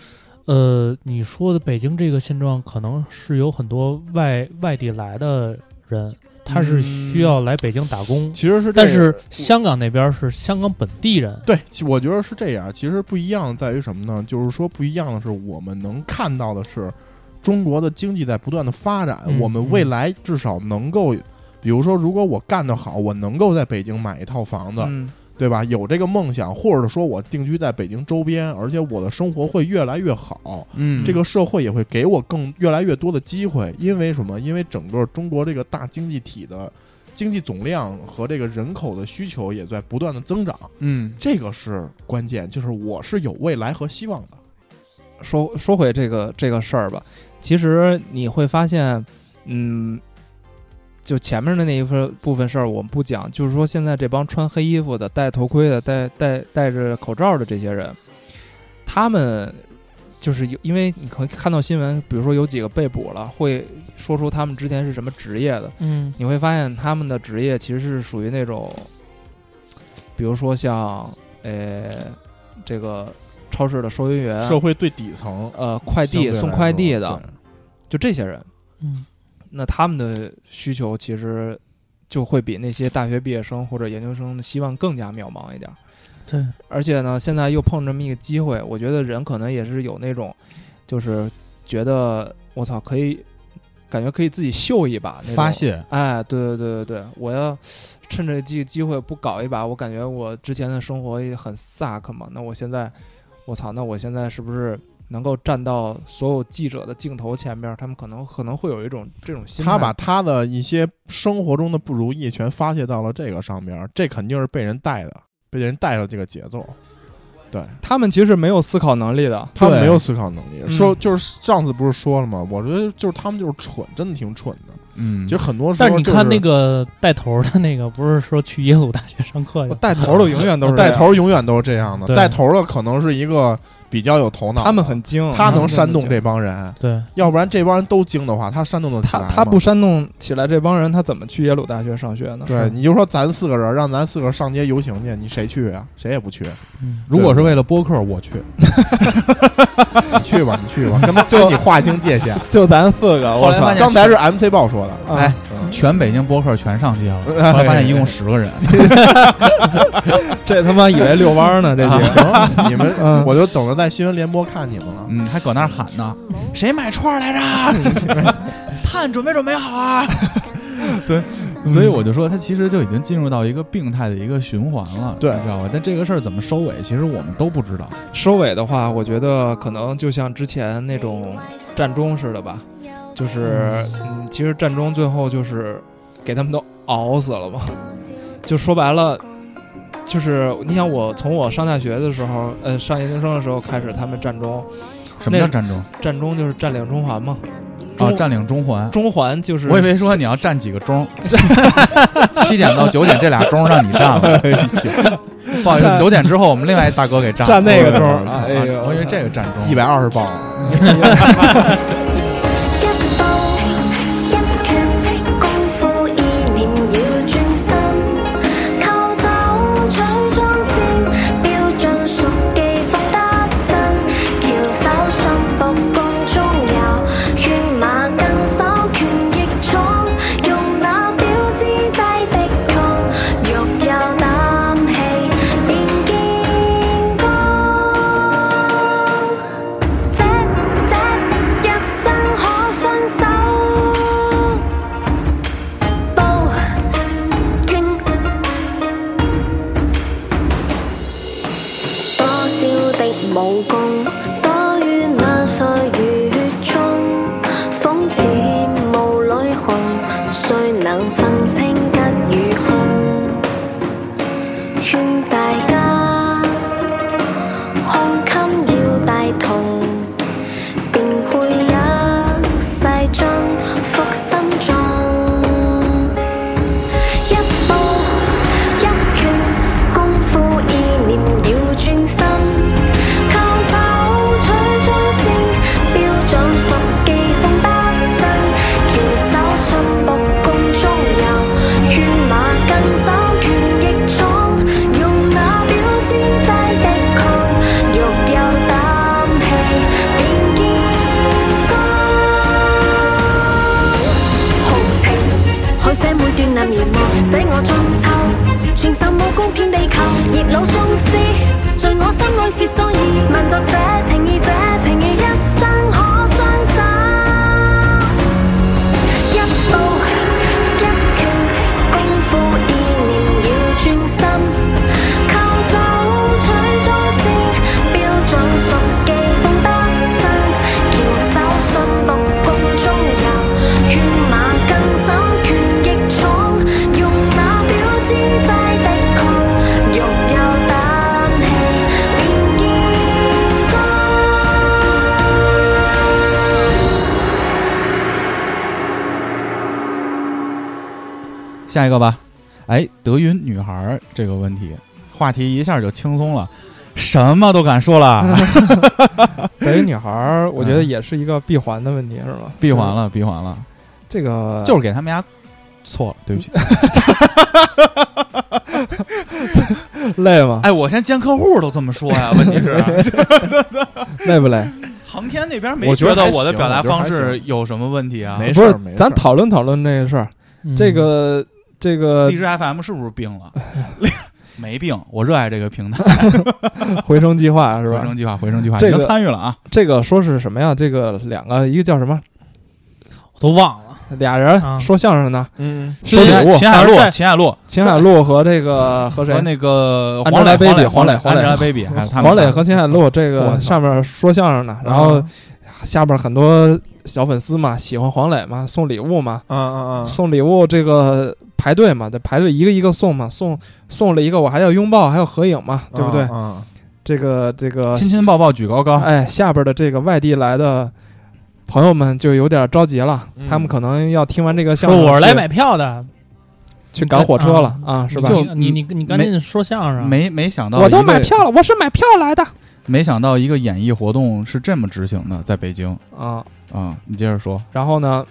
呃，你说的北京这个现状，可能是有很多外外地来的人，他是
嗯
需要来北京打工，
其实是这个，
但是香港那边是香港本地人，
对，其我觉得是这样。其实不一样在于什么呢？就是说不一样的是，我们能看到的是中国的经济在不断的发展，
嗯
我们未来至少能够，比如说，如果我干得好，我能够在北京买一套房
啊
子，
嗯
对吧？有这个梦想，或者说我定居在北京周边，而且我的生活会越来越好，
嗯，
这个社会也会给我更越来越多的机会。因为什么？因为整个中国这个大经济体的经济总量和这个人口的需求也在不断的增长，
嗯，
这个是关键，就是我是有未来和希望的。
说说回这个这个事儿吧，其实你会发现，嗯，就前面的那一份部分事儿我们不讲，就是说现在这帮穿黑衣服的、戴头盔的、戴戴戴着口罩的这些人，他们就是有，因为你可以看到新闻，比如说有几个被捕了，会说出他们之前是什么职业的，
嗯
你会发现他们的职业其实是属于那种，比如说像呃这个超市的收银员、啊
社会最底层，
呃哎快递
相对来说
送快递的，
对
就这些人，
嗯，
那他们的需求其实就会比那些大学毕业生或者研究生的希望更加渺茫一点儿。
对，
而且呢，现在又碰这么一个机会，我觉得人可能也是有那种，就是觉得我操可以，感觉可以自己秀一把那种
发泄，
哎，对对对对对，我要趁着这个机会不搞一把，我感觉我之前的生活也很 suck 嘛。那我现在，我操，那我现在是不是能够站到所有记者的镜头前面？他们可能可能会有一种这种心态。
他把他的一些生活中的不如意全发泄到了这个上边儿，这肯定是被人带的，被人带了这个节奏。对
他们其实没有思考能力的。
他
对
们没有思考能力，
嗯
说就是上次不是说了吗？我觉得就是他们就是蠢，真的挺蠢的。
嗯，
其实很多时候、
但
就是
你看那个带头的那个，不是说去耶鲁大学上课
我
去了，
带头的永远都是这
带
样，
头永远都是这样的，
对
带头的可能是一个比较有头脑，
他们很精，嗯
他嗯能
们真的
煽动
精
这。帮人，
对，
要不然这帮人都精的话，他煽动的起来
他
吗
他不煽动起来，这帮人他怎么去耶鲁大学上学呢？
对，你就说咱四个人，让咱四个上街游行去，你谁去啊？谁也不去，
嗯，
如果是为了播客，我去。
你去吧，你去 吧，跟他
就
跟你划清界限。
就咱四个，
后
我
来
操
发！现
刚才是 MC 报说的，
哎，
嗯
全北京播客全上街 了，后来发现一共十个人。
这他妈以为遛弯儿呢，这节
行，你们
嗯
我就等着在新闻联播看你们了。
嗯，还搁那儿喊呢，谁买串儿来着？ 炭准备准备好 啊！所以，所以我就说，他其实就已经进入到一个病态的一个循环了，
对
你知道吧？但这个事儿怎么收尾，其实我们都不知道。
收尾的话，我觉得可能就像之前那种战中似的吧，就是嗯，其实战中最后就是给他们都熬死了嘛，就说白了。就是你想我从我上大学的时候，呃，上研究生的时候开始，他们战中，
什么叫战争
战中就是占领中环嘛，
啊？
中
占领中环。
中环就是
我以为说你要占几个钟， 七点到九点这俩钟让你占了。 不好意思，
占
九点之后我们另外一大哥给占了
占 那个钟
啊
哎呦
我以为这个占钟
一百二十磅，
一步一拳，功夫意念要專心，扣走取裝線，標準熟記放得真，翹手信步光中遊，圈馬更手拳亦闖，用那表姿勢的抗，若有膽氣便見光。這這一研磨，使我春秋，全受武功遍地球，熱老宗師，最我心裏是所以，問作者情義者，情義一生可相守。一步一拳功夫意念要專心，靠走取裝飾標準熟記放得真，翹手信獨共中遊，犬馬更手拳亦闖，用那表姿制敵抗，欲有膽氣便見光。
下一个吧。哎，德云女孩儿这个问题，话题一下就轻松了，什么都敢说了，
等于女孩儿，我觉得也是一个闭嗯环的问题，是吧？
闭环了，闭环了，
就是这个，
就是给他们家错了，嗯对不起。
累 吗？
哎，我现在见客户都这么说呀，问题是
累不累？
航天那边
我
没
觉得
觉得
还
我的
行
表达
我觉得
方
还
式有什么问题啊？
没
不
事
是
儿，没，事
咱
儿
讨论讨论这个事儿。
嗯
这个这个
荔枝 FM 是不是病了？没病，我热爱这个平台。
回升计划是
回
吧？
声计划，回声计划，已
这个
经参与了啊！
这个说是什么呀？这个两个，一个叫什么？
我都忘了，
俩
啊
人说相声呢，
嗯，
是
秦
礼物。
秦海
还是
璐，
在
秦海璐
秦海璐和这个和谁
和？那个
安
黄
德
磊，
拉
黄磊，磊，
Baby，黄磊
黄
黄磊
安德拉 baby，还有他们
黄磊
仨
和秦海璐这个
我操
上面说相声呢，然后下边很多小粉丝嘛，喜欢黄磊嘛，送礼物嘛，
啊啊啊！
送礼物这个排队嘛，得排队一个一个送嘛，送送了一个我还要拥抱，还要合影嘛，对不对？
啊，
这个这个
亲亲抱抱举高高，
哎，下边的这个外地来的朋友们就有点着急了，
嗯
他们可能要听完这个相
说
声，
我是来买票的，嗯
去赶火车了啊，是吧？
就
你你你赶紧说相声，
没没想到
我都
一个
买票了，我是买票来的
没想到一个演艺活动是这么执行的，在北京
啊。
啊！你接着说，
然后呢，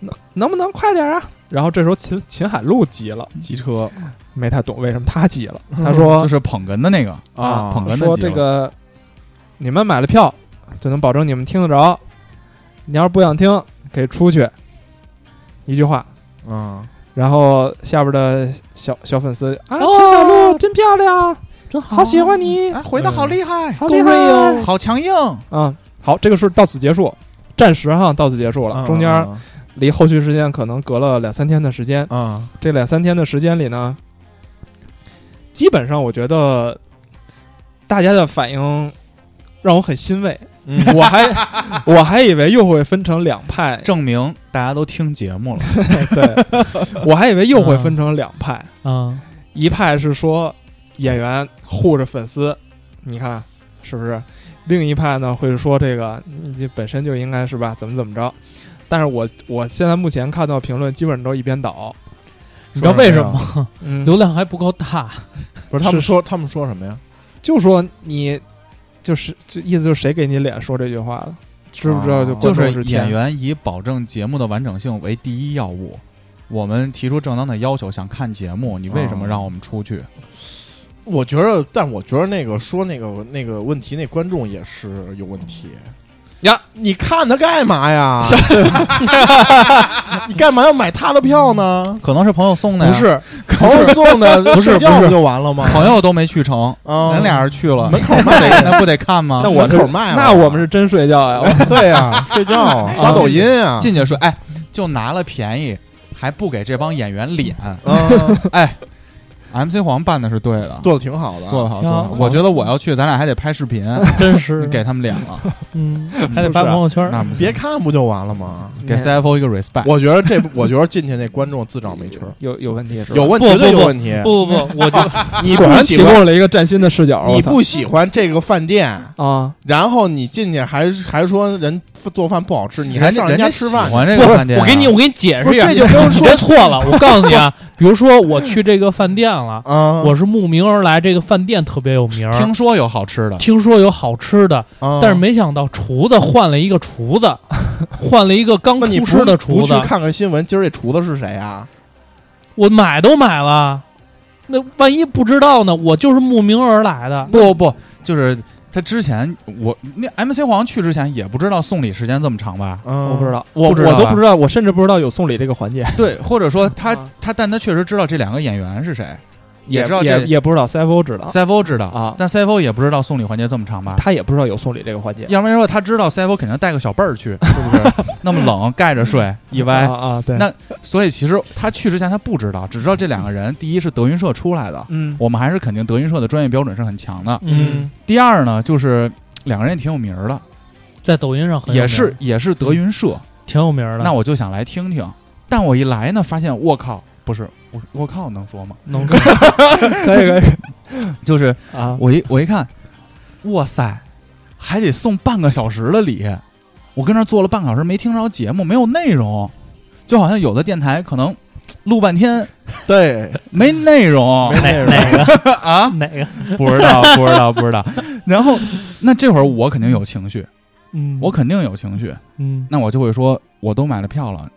能能不能快点啊？然后这时候秦秦海璐急了，
机车
没太懂为什么他急了，他
就
说
是捧哏的那个，
啊，
捧哏的
说
急了
这个你们买了票就能保证你们听得着，你要是不想听可以出去，一句话。
啊，
然后下边的小小粉丝啊，秦海璐真漂亮，
真
好喜欢你，
哎，回的好厉害，
好厉害哟！
好强硬，
啊，好，这个是到此结束，暂时哈到此结束了，中间
啊
离后续时间可能隔了两三天的时间。
啊，
这两三天的时间里呢，基本上我觉得大家的反应让我很欣慰，
嗯
我还我还以为又会分成两 派，
证明大家都听节目了。
对，我还以为又
嗯
会分成两派，
啊，
一派是说演员护着粉丝，你看是不是？另一派呢会说这个你这本身就应该是吧，怎么怎么着？但是我我现在目前看到评论基本上都一边倒，
你知道为什么 吗？
嗯，
流量还不够大，
嗯不是他们说他们说什么呀？
就说你就是就意思就是谁给你脸说这句话了，知不知道？就
哦
观
就
众
是
是天
演员以保证节目的完整性为第一要务。我们提出正当的要求，想看节目，你为什么
哦
让我们出去？
我觉得，但我觉得那个说那个那个问题，那观众也是有问题
呀。
你看他干嘛呀？ 对吧你干嘛要买他的票 呢？
可能是朋友送的呀，
不是
朋友送的，
不是
睡觉
不是
就完了吗？
朋友都没去成，
啊，
咱俩人去了，
门口
那
卖
得那不得看吗？
那我
门
是
口卖了啊
那我们是真睡 觉呀，我
对呀，睡觉啊刷抖音啊，
进去说，哎，就拿了便宜，还不给这帮演员脸。
啊，
哎，MC 黄办的是对的，
做的挺好的，
做得好，做
挺
得
好
好。我觉得我要去，咱俩还得拍视频，
真是
给他们脸了，
嗯，还得发朋友圈，
那不
别
行。
看不就完了吗？
给 CFO 一个
哎
respect，
我觉得这，我觉得进去那观众自找没趣儿，
有有问题是吧？
有问
不
绝
不
对有
不
问题。
不不不，我就
你
果
不
然
喜
提
欢，
供了一个崭新的视角，
你
我操
不喜欢这个饭店，
啊？
然后你进去还是还说人做饭不好吃，你还
人家
上
人
家
家
吃饭
喜，欢这
不
个
是
饭店啊。
我给你，我给你解
不
释
是
一下，
这就不用
你
说
别错了。我告诉你啊，比如说我去这个饭店了，
啊，
我是慕名而来，这个饭店特别有名儿，
听说有好吃的，
听说有好吃的，
啊，
但是没想到厨子换了一个厨子，换了一个刚
那你
出
不
师的
不
厨
去
子，
看看新闻，今儿这厨子是谁啊？
我买都买了，那万一不知道呢？我就是慕名而来的，
不不，就是他之前我那 MC 黄去之前也不知道送礼时间这么长 吧？
嗯，
我不知。道，我
不知道
我都
吧
不知道，我甚至不知道有送礼这个环节，
对，或者说他
啊
他，但他确实知道这两个演员是谁，也知道
也
这
也不知道 CFO 知道，
CFO 知道
啊
但 CFO 也不知道送礼环节这么长吧？
他也不知道有送礼这个环节，
要不然说他知道 CFO 肯定带个小被儿去，是不是？那么冷，盖着睡，一歪
啊。啊，对，
那所以其实他去之前他不知道，只知道这两个人，第一是德云社出来的，
嗯
我们还是肯定德云社的专业标准是很强的。
嗯，
第二呢，就是两个人也挺有名儿的，
在抖音上很有
也
名
是也是德云社，
挺有名的。
那我就想来听听。但我一来呢，发现我靠，不是我我靠，能说吗？
能
可以可以
就是
啊，
我一我一看，哇塞，还得 送半个小时的礼，我跟那儿坐了半个小时没听着节目，没有内容，就好像有的电台可能录半天
对，
没内容
哪哪个
啊，
哪个？
不知道不知道不知道。 然后那这会儿我肯定有情绪，
嗯，
我肯定有情绪，
嗯
那我就会说，我都买了票了，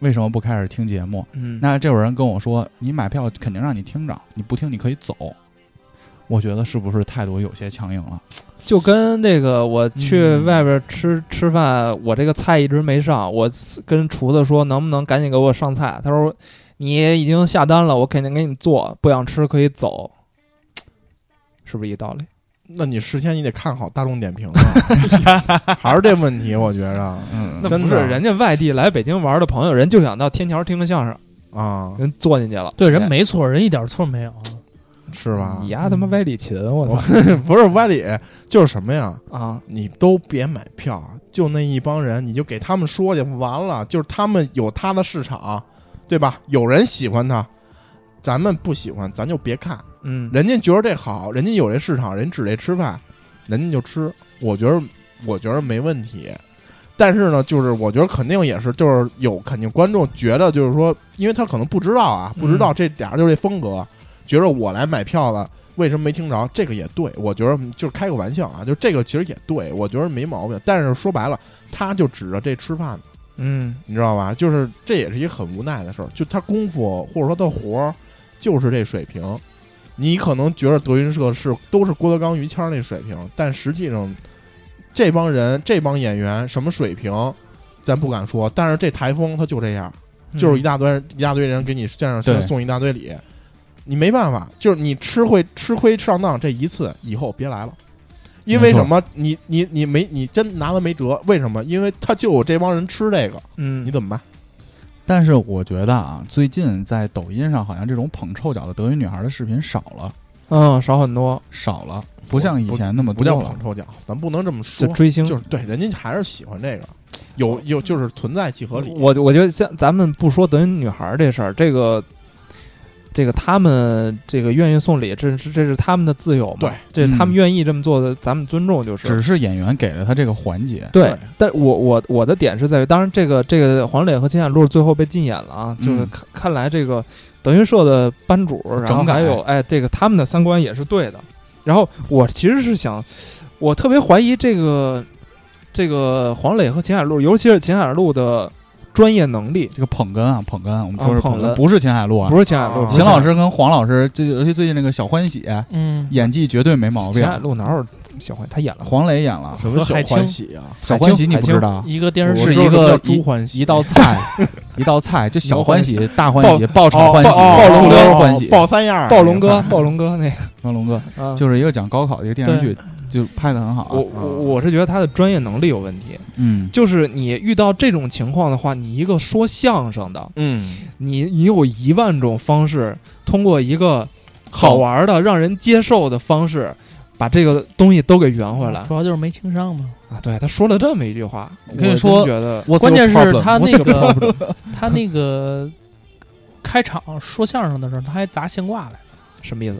为什么不开始听节目？
嗯，
那这会儿人跟我说，你买票肯定让你听着，你不听你可以走。我觉得是不是态度有些强硬了？
就跟那个我去
嗯
外边吃吃饭，我这个菜一直没上，我跟厨子说能不能赶紧给我上菜，他说你已经下单了，我肯定给你做，不想吃可以走，是不是一道理？
那你事先你得看好大众点评啊， 还是这问题，我觉着
嗯
那
真
不
的
是人家外地来北京玩的朋友，人就想到天桥听个相声，
啊，
人嗯坐进去了，
对，人没错，人一点错没有。啊
是吧
你？丫他妈歪理琴，我操
不是歪理，就是什么呀？
啊！
你都别买票，啊就那一帮人，你就给他们说去，完了，就是他们有他的市场，对吧？有人喜欢他，咱们不喜欢，咱就别看。
嗯，
人家觉得这好，人家有这市场，人指这吃饭，人家就吃。我觉得，我觉得没问题。但是呢，就是我觉得肯定也是，就是有肯定观众觉得，就是说，因为他可能不知道啊，不知道这俩人就是这风格，觉得我来买票了，为什么没听着？这个也对，我觉得就是开个玩笑啊，就这个其实也对，我觉得没毛病。但是说白了，他就指着这吃饭
嗯
你知道吧？就是这也是一个很无奈的事儿，就他功夫或者说他活儿就是这水平，你可能觉得德云社是都是郭德纲、于谦儿那水平，但实际上这帮人这帮演员什么水平，咱不敢说，但是这台风他就这样，就是一大堆人一大堆人给你这样
嗯对
送一大堆礼，你没办法，就是你吃会吃亏上当这一次，以后别来了。因为
没错
什么？你你你没你真拿他没辙？为什么？因为他就有这帮人吃这个，
嗯
你，怎么办？
但是我觉得啊，最近在抖音上好像这种捧臭脚的德云女孩的视频少了，
嗯，少很多，
少了，不像以前那么
不
多
叫
了
捧。臭脚，咱不能这么
就
说，
追星
就是对，人家还是喜欢这个，有有就是存在即合理。
我我觉得像咱们不说德云女孩儿这事儿，这个这个他们这个愿意送礼，这是这是他们的自由嘛？
对，
这是他们
嗯
愿意这么做的，咱们尊重就是。
只是演员给了他这个环节，
对
对，
但我我我的点是在于，当然这个这个黄磊和金海璐最后被禁演了啊，就是
嗯
看看来这个德云社的班主，然后
整改
还有哎这个他们的三观也是对的。然后我其实是想，我特别怀疑这个这个黄磊和秦海璐，尤其是秦海璐的专业能力，
这个捧哏啊，捧哏，我们说
啊
是
捧
捧哏，
哏
不是秦海璐啊
不，是秦海璐，
啊
不是
秦老
海
师跟黄老师，这尤其最近那个小欢喜，啊
嗯，
演技绝对没毛病
秦。海璐哪有小欢？他演了，
黄磊演了
什么
和
小
海清
欢喜啊？
小欢喜，
海
你
清
不知道啊？
嗯一个电
我
视
是一
剧
知道
个
叫猪欢喜，
一道菜，一道菜，就小欢喜、大欢喜、爆炒
哦
欢喜、
爆哦
爆
爆
醋
龙
溜
哥
欢喜、
爆三样儿，
暴龙哥，暴龙哥那
暴龙哥，
个，啊、
就是一个讲高考的一个电视剧，就拍的很好
我
啊。
我我是觉得他的专业能力有问题。
嗯，
就是你遇到这种情况的话，你一个说相声的，
嗯，
你你有一万种方式，通过一个好玩的、让人接受的方式，把这个东西都给圆回来
主要就是没情商嘛。
啊！对，他说了这么一句话，
嗯我跟你
真
说
觉得
我
关键是他那
problem
个 他那个开场说相声的时候，他还砸现挂来，
什么意思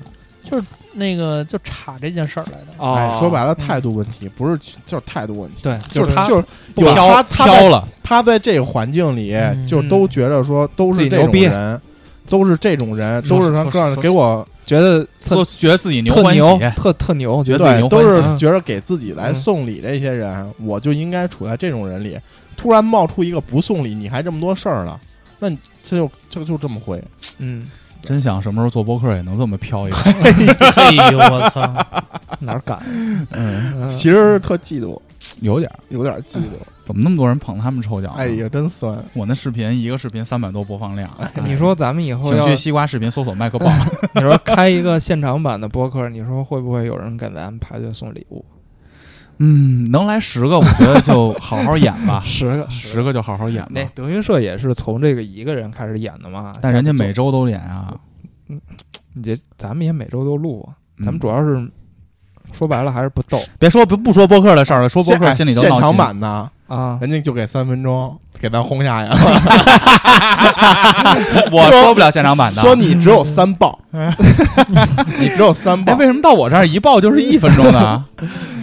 那个就岔这件事儿来的。
啊？
哎，说白
了，
了态度问题，不是就是态度问题，
对，
就是
他
就是有
飘
他他在
飘了，
他在这个环境里
嗯
就都觉得说都
自己
是
牛
这种
逼
人，都是这种人，
说
都
是
是
说是
他各样
说
给我
觉得特
就觉得自己牛
特
欢喜，
牛，特特牛，
觉得自己
对
牛，欢
都
喜
是
嗯
觉得给自己来
嗯
送礼这些人，我就应该处在这种人里。突然冒出一个不送礼，你还这么多事儿了，那你这就这就这么回。
嗯，
真想什么时候做播客也能这么飘一飘。
嘿哎呦，我操！
哪儿敢？
嗯，
嗯
其实特嫉妒，
有点儿，
有点嫉妒。
怎么那么多人捧他们抽
嗯
奖？
哎，呀，真酸！
我那视频一个视频三百多播放量，
你说咱们以后
请
要
去西瓜视频搜索麦克棒。
你说开一个现场版的播客，你说会不会有人给咱们排队送礼物？。
嗯，能来十个，我觉得就好好演吧
十个，
十个就好好演吧
那。德云社也是从这个一个人开始演的嘛，
但人家每
周
周都演啊，
你这咱们也每周都录啊，
嗯
咱们主要是说白了还是不逗
别说不不说播客的事儿了，说播
现哎
客心里都
现
闹
场
心。
版的，
啊。
人家就给三分钟，给咱轰下呀。
我说不了现场版的。
说你只有三爆，
嗯
你只有三
哎，
爆
为什么到我这儿一报就是一分钟呢？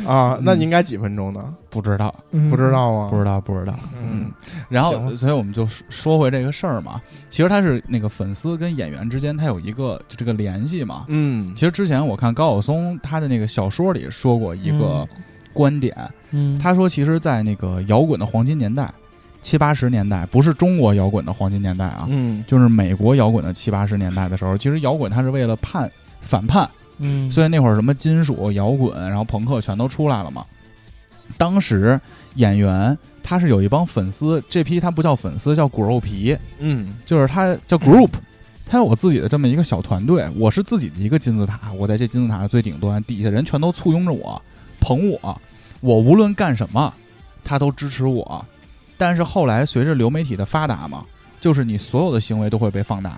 啊？那你应该几分钟呢？
不知道，
嗯
不知道啊吗？
嗯不知道，不知道。
嗯，
然
行
后，
了
所以我们就说说回这个事儿嘛。其实他是那个粉丝跟演员之间，他有一个就这个联系嘛。
嗯，
其实之前我看高晓松他的那个小说里说过一个观点，
嗯，
他说其实，在那个摇滚的黄金年代，七八十年代，不是中国摇滚的黄金年代啊，
嗯，
就是美国摇滚的七八十年代的时候，其实摇滚它是为了叛反叛，
嗯，
所以那会儿什么金属、摇滚，然后朋克全都出来了嘛。当时演员他是有一帮粉丝，这批他不叫粉丝，叫骨肉皮，
嗯，
就是他叫 group，他有我自己的这么一个小团队，我是自己的一个金字塔，我在这金字塔的最顶端，底下人全都簇拥着我，捧我，我无论干什么，他都支持我。但是后来随着流媒体的发达嘛，就是你所有的行为都会被放大，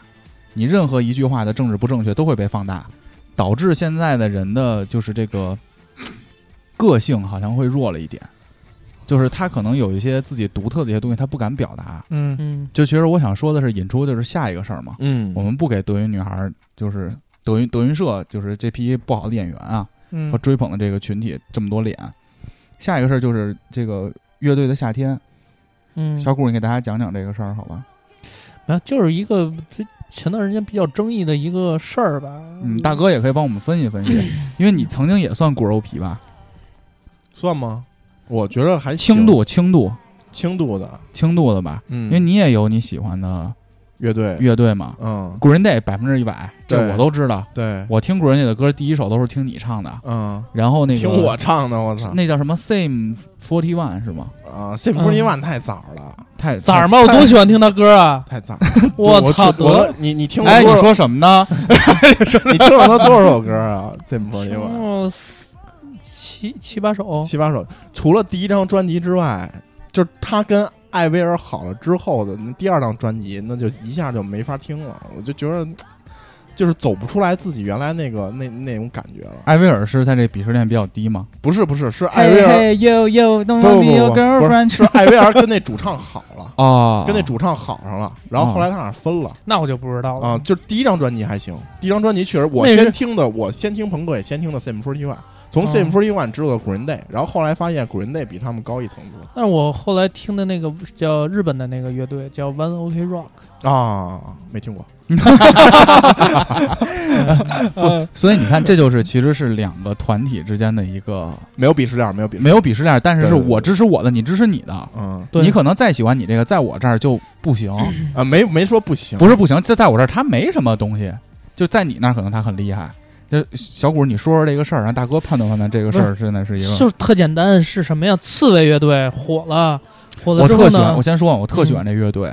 你任何一句话的政治不正确都会被放大，导致现在的人的就是这个个性好像会弱了一点，就是他可能有一些自己独特的一些东西，他不敢表达。
嗯，
嗯，
就其实我想说的是，引出就是下一个事儿嘛。
嗯
我们不给德云女孩儿，就是德云德云社，就是这批不好的演员啊
嗯
和追捧的这个群体这么多脸。下一个事儿就是这个乐队的夏天，
嗯，
小谷，你给大家讲讲这个事儿好吧？
然后就是一个最前段时间比较争议的一个事儿吧。
嗯，大哥也可以帮我们分析分析，因为你曾经也算骨肉皮吧？
算吗？我觉得还 行
轻度、轻度、
轻度的，
轻度的吧，
嗯，
因为你也有你喜欢的
乐队，
乐队嘛。
嗯，
Green Day 百分之一百，这
对
我都知道。
对，
我听 Green Day 的歌，第一首都是听你唱的，
嗯，
然后那个
听我唱的，我操
那叫什么 Same Forty One 是吗？
啊！幸福一万太早了，
太
崽儿嘛，我多喜欢听他歌啊！
太早了。
我操，
吃
得
我
了
都你你听过
哎，你
多少？
说什么呢？
你听了他多少首歌啊？幸福一万
哦，四七七八首，
七八首，除了第一张专辑之外，就是他跟艾薇儿好了之后的那第二张专辑，那就一下就没法听了。我就觉得，就是走不出来自己原来那个那那种感觉了。
艾薇儿是在这鄙视链比较低吗？
不是不是，是 艾薇儿
，Yo Yo，Don't
不不
be
不
your
不不
girlfriend，
是是艾薇儿跟那主唱好了
哦，
跟那主唱好上了，然后后来他俩分了。
那我就不知道了
啊，。就是第一张专辑还行，第一张专辑确实我
那是
先听的，我先听朋克，也先听的 Same Forty One，从 Same Forty One 知道的 Green Day，然后后来发现 Green Day 比他们高一层次
但是我后来听的那个叫日本的那个乐队叫 One OK Rock，
啊，没听过，
呃
所以你看，这就是其实是两个团体之间的一个
没有鄙视链，没有鄙视，
没有鄙视链，但是是
对对对
我支持我的，你支持你的。
嗯
对
你可能再喜欢你这个，在我这儿就不行，
啊，没没说不行，
不是不行，这在我这儿他没什么东西，就在你那儿可能他很厉害。就小谷，你说说这个事儿，让大哥判断判断这个事儿真的是一个。
就是特简单，是什么呀？刺猬乐队火了，火了
我
之后
特喜欢，
呢
我？先说啊，我特喜欢这乐队。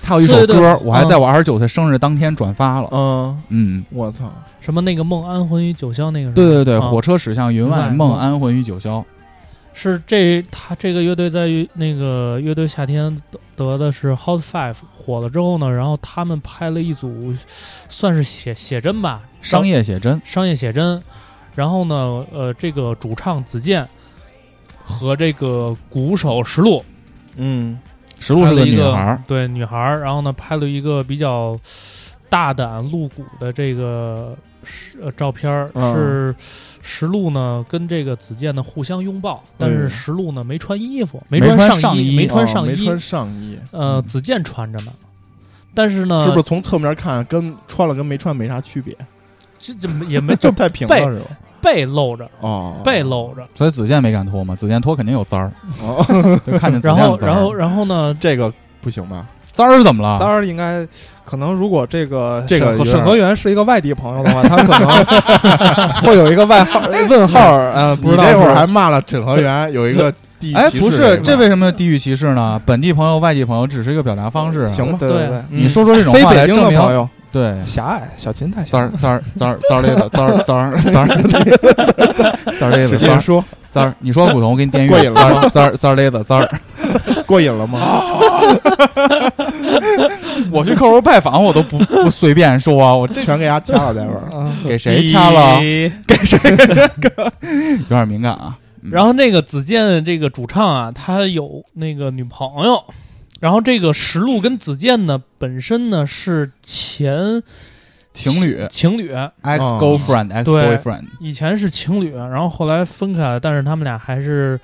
他有一首
对对对
歌，我还在我二十九岁生日当天转发了。
嗯，
嗯，
我操，
什么那个梦安魂与九霄那个是吧？
对对对，
啊
火车驶向云
云
外，
外
梦
梦
安魂与九霄。
是这他这个乐队在于那个乐队夏天得的是 Hot Five 火了之后呢，然后他们拍了一组，算是写写真吧，
商业写真，
商业写真。然后呢，呃，这个主唱子健和这个鼓手石璐，
嗯
石璐是
拍了一
女
个
孩儿，
对女孩儿，然后呢拍了一个比较大胆露骨的这个是呃照片儿，
嗯
是石璐呢跟这个子健呢互相拥抱，但是
嗯
石璐呢没穿衣服，
没
没
穿
上
上衣哦
没
啊
穿上
没
衣，
穿上衣，
呃，
嗯
子健穿着呢，但是呢，
是不是从侧面看跟穿了跟没穿没啥区别？
这这也没
这
就
太平了
背
是吧？
背 露着，
哦，
背露着，
所以子健没敢脱嘛，子健脱肯定有滋儿，
哦，
就看见子
然
健
后
滋儿
然后然后呢，
这个不行吧？
滋儿怎么了？
三儿应该可能，如果这个
这个
审
有
核
点
审核员是一个外地朋友 的话，他可能 会有一个外号问号，呃，不
你
知道
那会儿
是
还骂了审核员有一个地
哎，
歧
不
视
是，
吧
这为什么地域歧视呢？本地朋友、外地朋友只是一个表达方式啊。
行吧？
对对
对
对，
你说说这种
非
话来
北京
证
的
明
朋友
对。
狭隘，小秦太
滋
狭
儿
隘。
滋儿滋儿滋儿嘞子，滋儿滋儿滋儿滋儿嘞子，
使
滋
劲
儿
说，
滋儿。你说古潼，我给 你电晕
过瘾了吗
滋儿滋儿嘞子，滋儿。
过瘾了吗？
我去客户拜访，我都不不随便说啊，我这嗯
全给他掐了，待会儿
啊，
给谁掐了？
咦
给谁？有点敏感啊。嗯
然后那个子健这个主唱啊，他有那个女朋友，然后这个石路跟子健呢本身呢是前
情侣
哦
情侣，
ex girlfriend ex
对
boyfriend，
以前是情侣，然后后来分开了，但是他们俩还是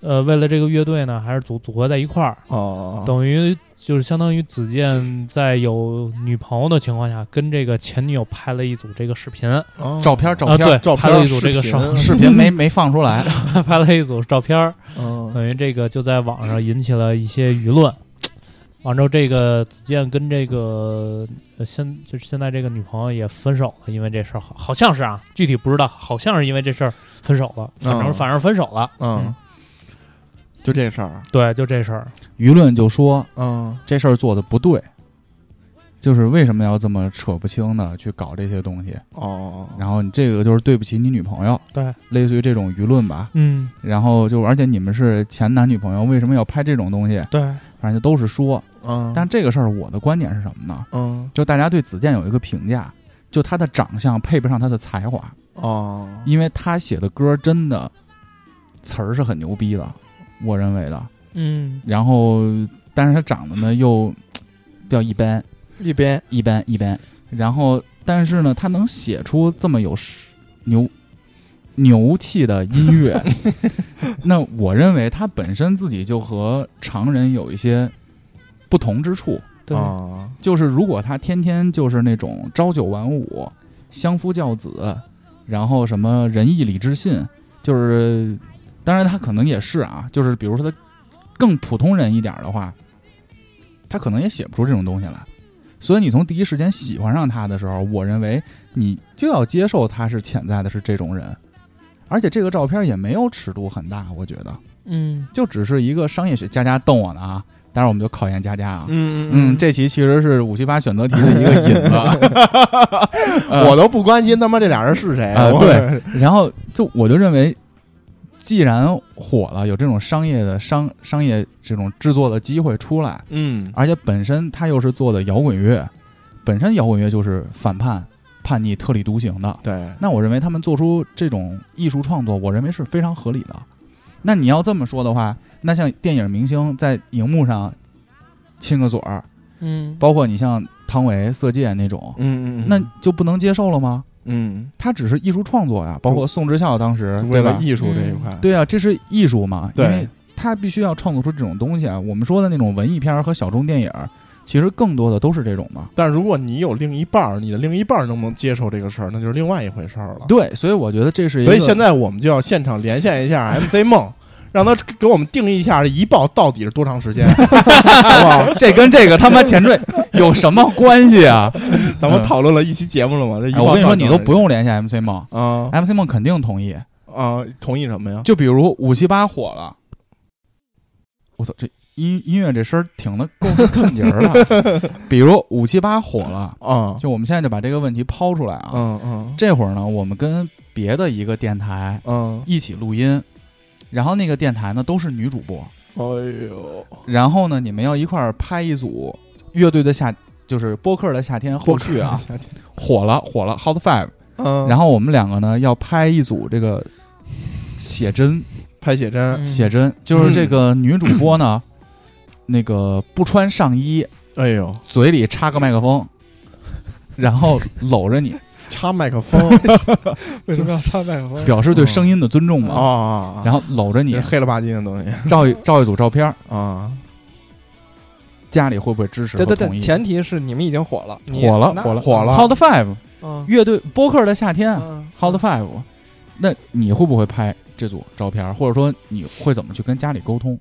呃为了这个乐队呢，还是组组合在一块儿，
哦，
等于就是相当于子健在有女朋友的情况下，跟这个前女友拍了一组这个视频啊，
哦
照片照
对
片，
照
拍
片
了一组这个
视
视
频
视频没没放出来。
拍了一组照片儿，
嗯，
等于这个就在网上引起了一些舆论。完之后，这个子健跟这个呃现就是现在这个女朋友也分手了，因为这事儿好好像是啊，具体不知道，好像是因为这事儿分手了，反正、
嗯
反正分手了。
嗯，就这事儿，
对，就这事儿。
舆论就说
嗯
这事儿做的不对，就是为什么要这么扯不清的去搞这些东西？
哦，
然后你这个就是对不起你女朋友，
对，
类似于这种舆论吧。
嗯，
然后就而且你们是前男女朋友，为什么要拍这种东西？
对，
反正就都是说。
嗯，
但这个事儿我的观点是什么呢？
嗯
就大家对子健有一个评价，就他的长相配不上他的才华，
哦，
因为他写的歌真的词儿是很牛逼的，我认为的。
嗯，
然后，但是他长得呢又比较一般，
一边
一般一般。然后，但是呢，他能写出这么有时牛牛气的音乐， 那我认为他本身自己就和常人有一些不同之处。
对，
啊
就是如果他天天就是那种朝九晚五、相夫教子，然后什么仁义礼智信，就是当然他可能也是啊，就是比如说他更普通人一点儿的话，他可能也写不出这种东西来。所以你从第一时间喜欢上他的时候，我认为你就要接受他是潜在的是这种人，而且这个照片也没有尺度很大，我觉得
嗯，
就只是一个商业学佳佳逗我呢啊，当然我们就考验佳佳啊，
嗯
嗯，这题其实是五七八选择题的一 个引子。啊呃
我都不关心他妈这俩人是谁
啊
我
对然后就我就认为，既然火了，有这种商业的商商业这种制作的机会出来，
嗯
而且本身他又是做的摇滚乐，本身摇滚乐就是反叛、叛逆、特立独行的。
对，
那我认为他们做出这种艺术创作，我认为是非常合理的。那你要这么说的话，那像电影明星在荧幕上亲个嘴儿，
嗯，
包括你像汤唯、色戒那种，
嗯嗯，
那就不能接受了吗？
嗯，
他只是艺术创作呀，包括宋智孝当时
为
对
了
吧？
艺术这一块，
对啊，这是艺术嘛，因
对
为他必须要创作出这种东西啊。我们说的那种文艺片儿和小众电影儿，其实更多的都是这种嘛。
但是如果你有另一半儿，你的另一半儿能不能接受这个事儿，那就是另外一回事儿了。
对，所以我觉得这是一个
啊所以现在我们就要现场连线一 下 MC 梦，让他给我们定义一下这一报到底是多长 时间，好不好？
这跟这个他妈前缀 有什么关系啊？
咱们讨论了一期节目了吗？这一
哎
报
我跟你说，
到
你
底
都不用联系 MC 梦
啊
，MC 梦肯定同意。
啊，同意什么呀？
就比如五七八火了，我操，这音音乐这声儿挺的够看节儿的。 比如五七八火了，
啊，
就我们现在就把这个问题抛出来啊。
嗯嗯
这会儿呢，我们跟别的一个电台
嗯，
一起录音，然后那个电台呢都是女主播，
哎呦，
然后呢你们要一块儿拍一组乐队的夏，就是播客的夏天后续啊，火了火了 Hot Five，
嗯，
然后我们两个呢要拍一组这个写真，
拍写真，
嗯
写真就是这个女主播呢， 那个不穿上衣，
哎呦，
嘴里插个麦克 风，然后搂着你，
插麦克风
为什么要插麦克风？
表示对声音的尊重
啊
哦
嘛。
啊，
然
后
后搂着你
这，黑了吧唧的东西
照一照一组照片儿，
啊，
家里会不会支持
对
和
对
同
对，
意？
前提是你们已经火了，你
火了，
那
火了，
火了
Hot Five
嗯
乐队播客的夏天
嗯
，Hot Five，那你会不会拍这组照片儿？或者说你会怎么去跟家里沟通？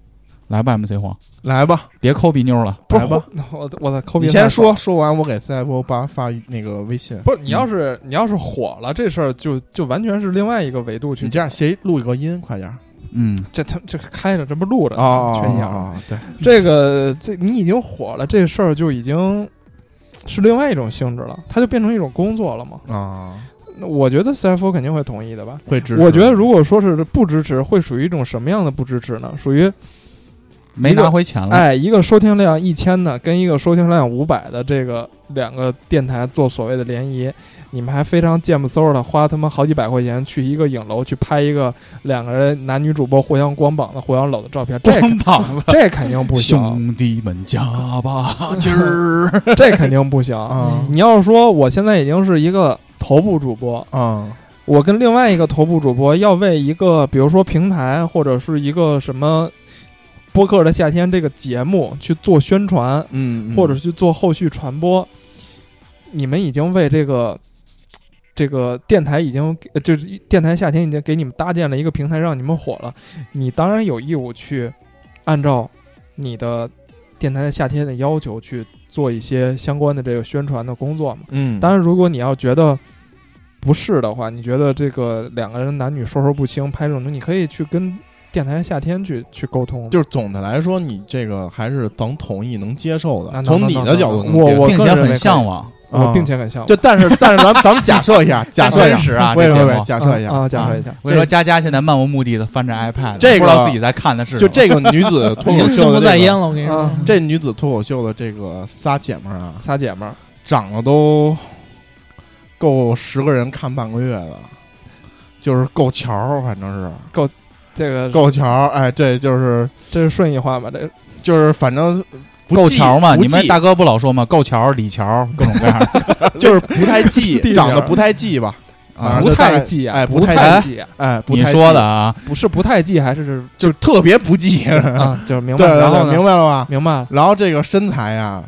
来吧，MC 黄，
来吧，
别抠鼻妞了。
不是
来吧，
我我在抠鼻
你
子太
先
爽了
说，说完我给 CFO 八发那个微信。
不是你要是你要是火了，这事儿就就完全是另外一个维度去
你这样，谁录一个音，快点儿
嗯，
这他这开着，这不录着
哦
呢全
全
养着。
啊，对，
这个这你已经火了，这事儿就已经是另外一种性质了，它就变成一种工作了嘛。
啊，
那我觉得 CFO 肯定会同意的吧？
会支持。
我觉得如果说是不支持，会属于一种什么样的不支持呢？属于
没拿回钱了。
哎，一个收听量一千的跟一个收听量五百的这个两个电台做所谓的联谊，你们还非常贱不嗖的花他妈好几百块钱去一个影楼去拍一个两个人男女主播互相光膀子、互相搂的照片，这
光膀子，
这肯定不行，
兄弟们加把劲儿！
这肯定不行。
啊
你要是说我现在已经是一个头部主播，
啊，
我跟另外一个头部主播要为一个，比如说平台或者是一个什么播客的夏天这个节目去做宣传，
嗯，嗯
或者去做后续传播，你们已经为这个这个电台已经呃就是电台夏天已经给你们搭建了一个平台，让你们火了，你当然有义务去按照你的电台夏天的要求去做一些相关的这个宣传的工作嘛。
嗯，
当然，如果你要觉得不是的话，你觉得这个两个人男女授受不亲，拍这种东西，你可以去跟电台夏天去去沟通。
就是总的来说，你这个还是能同意、能接受
啊
的，从你的角度能接受。
我
并
个
且
人认
很
为
向往，
我
啊
呃并且很像
就但是但是咱们咱们假设一下，假设一
真实
下
啊
喂
这
喂
节
喂，
目
假设一
啊
下，
啊，假设一下，
我跟你说，佳佳现在漫无目的的翻着 iPad，
这个
不知道自己在看的是什
就
么
这个女子脱
已
口
经心
秀
不
的
在
这
焉
个，
了。我跟你说
啊，
这女子脱口秀的这个仨姐们儿啊，
仨姐们儿，
长得都够十个人看半个月的，就是够瞧儿，反正是
这个
够瞧儿。哎，这就是
这是顺义话吗？这个
就是反正不
够
记
桥嘛？
不
你们
记
大哥不老说嘛？够桥、李桥，各种各样的。
就是不太
地
记，
名
长 得不太记吧？
啊
不太记啊，
哎
不
不太
记啊，
哎，不
你
太
说
记
的啊，
不是不太记，还是
就是特别不 记。
啊，就是明
嗯对
白。
对
然
对
后，呢
明白了吧？
明白了，
然后这个身材呀，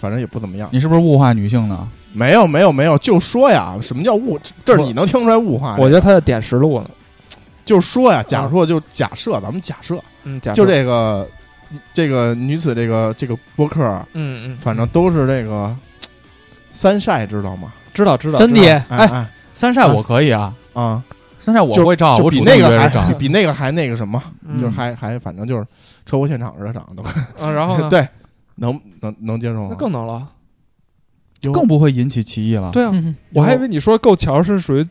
反正也不怎么样。
你是不是物化女性呢？
没有没有没有，就说呀，什么叫物？这这是你能听出来物化？
我觉得他在点实录呢。
就说呀，假如说就假设，咱们假设，
嗯，假设
就，这个这个女子这个这个播客，
嗯嗯，
反正都是这个三晒，知道吗？
知道知道。
三
知道
弟，
哎
哎
哎
三晒我可以啊，
啊，
三晒我
就
会照，
就
我
比
主
那
动
个
约
还
着 照。
比那个还那个什么，
嗯
就是还还反正就是车祸现场似的长得都。
啊，然后呢？
对，嗯能能能接受
那
吗？
更能了。
更不会引起歧义了。
对啊，
嗯
我还以为你说够桥是属于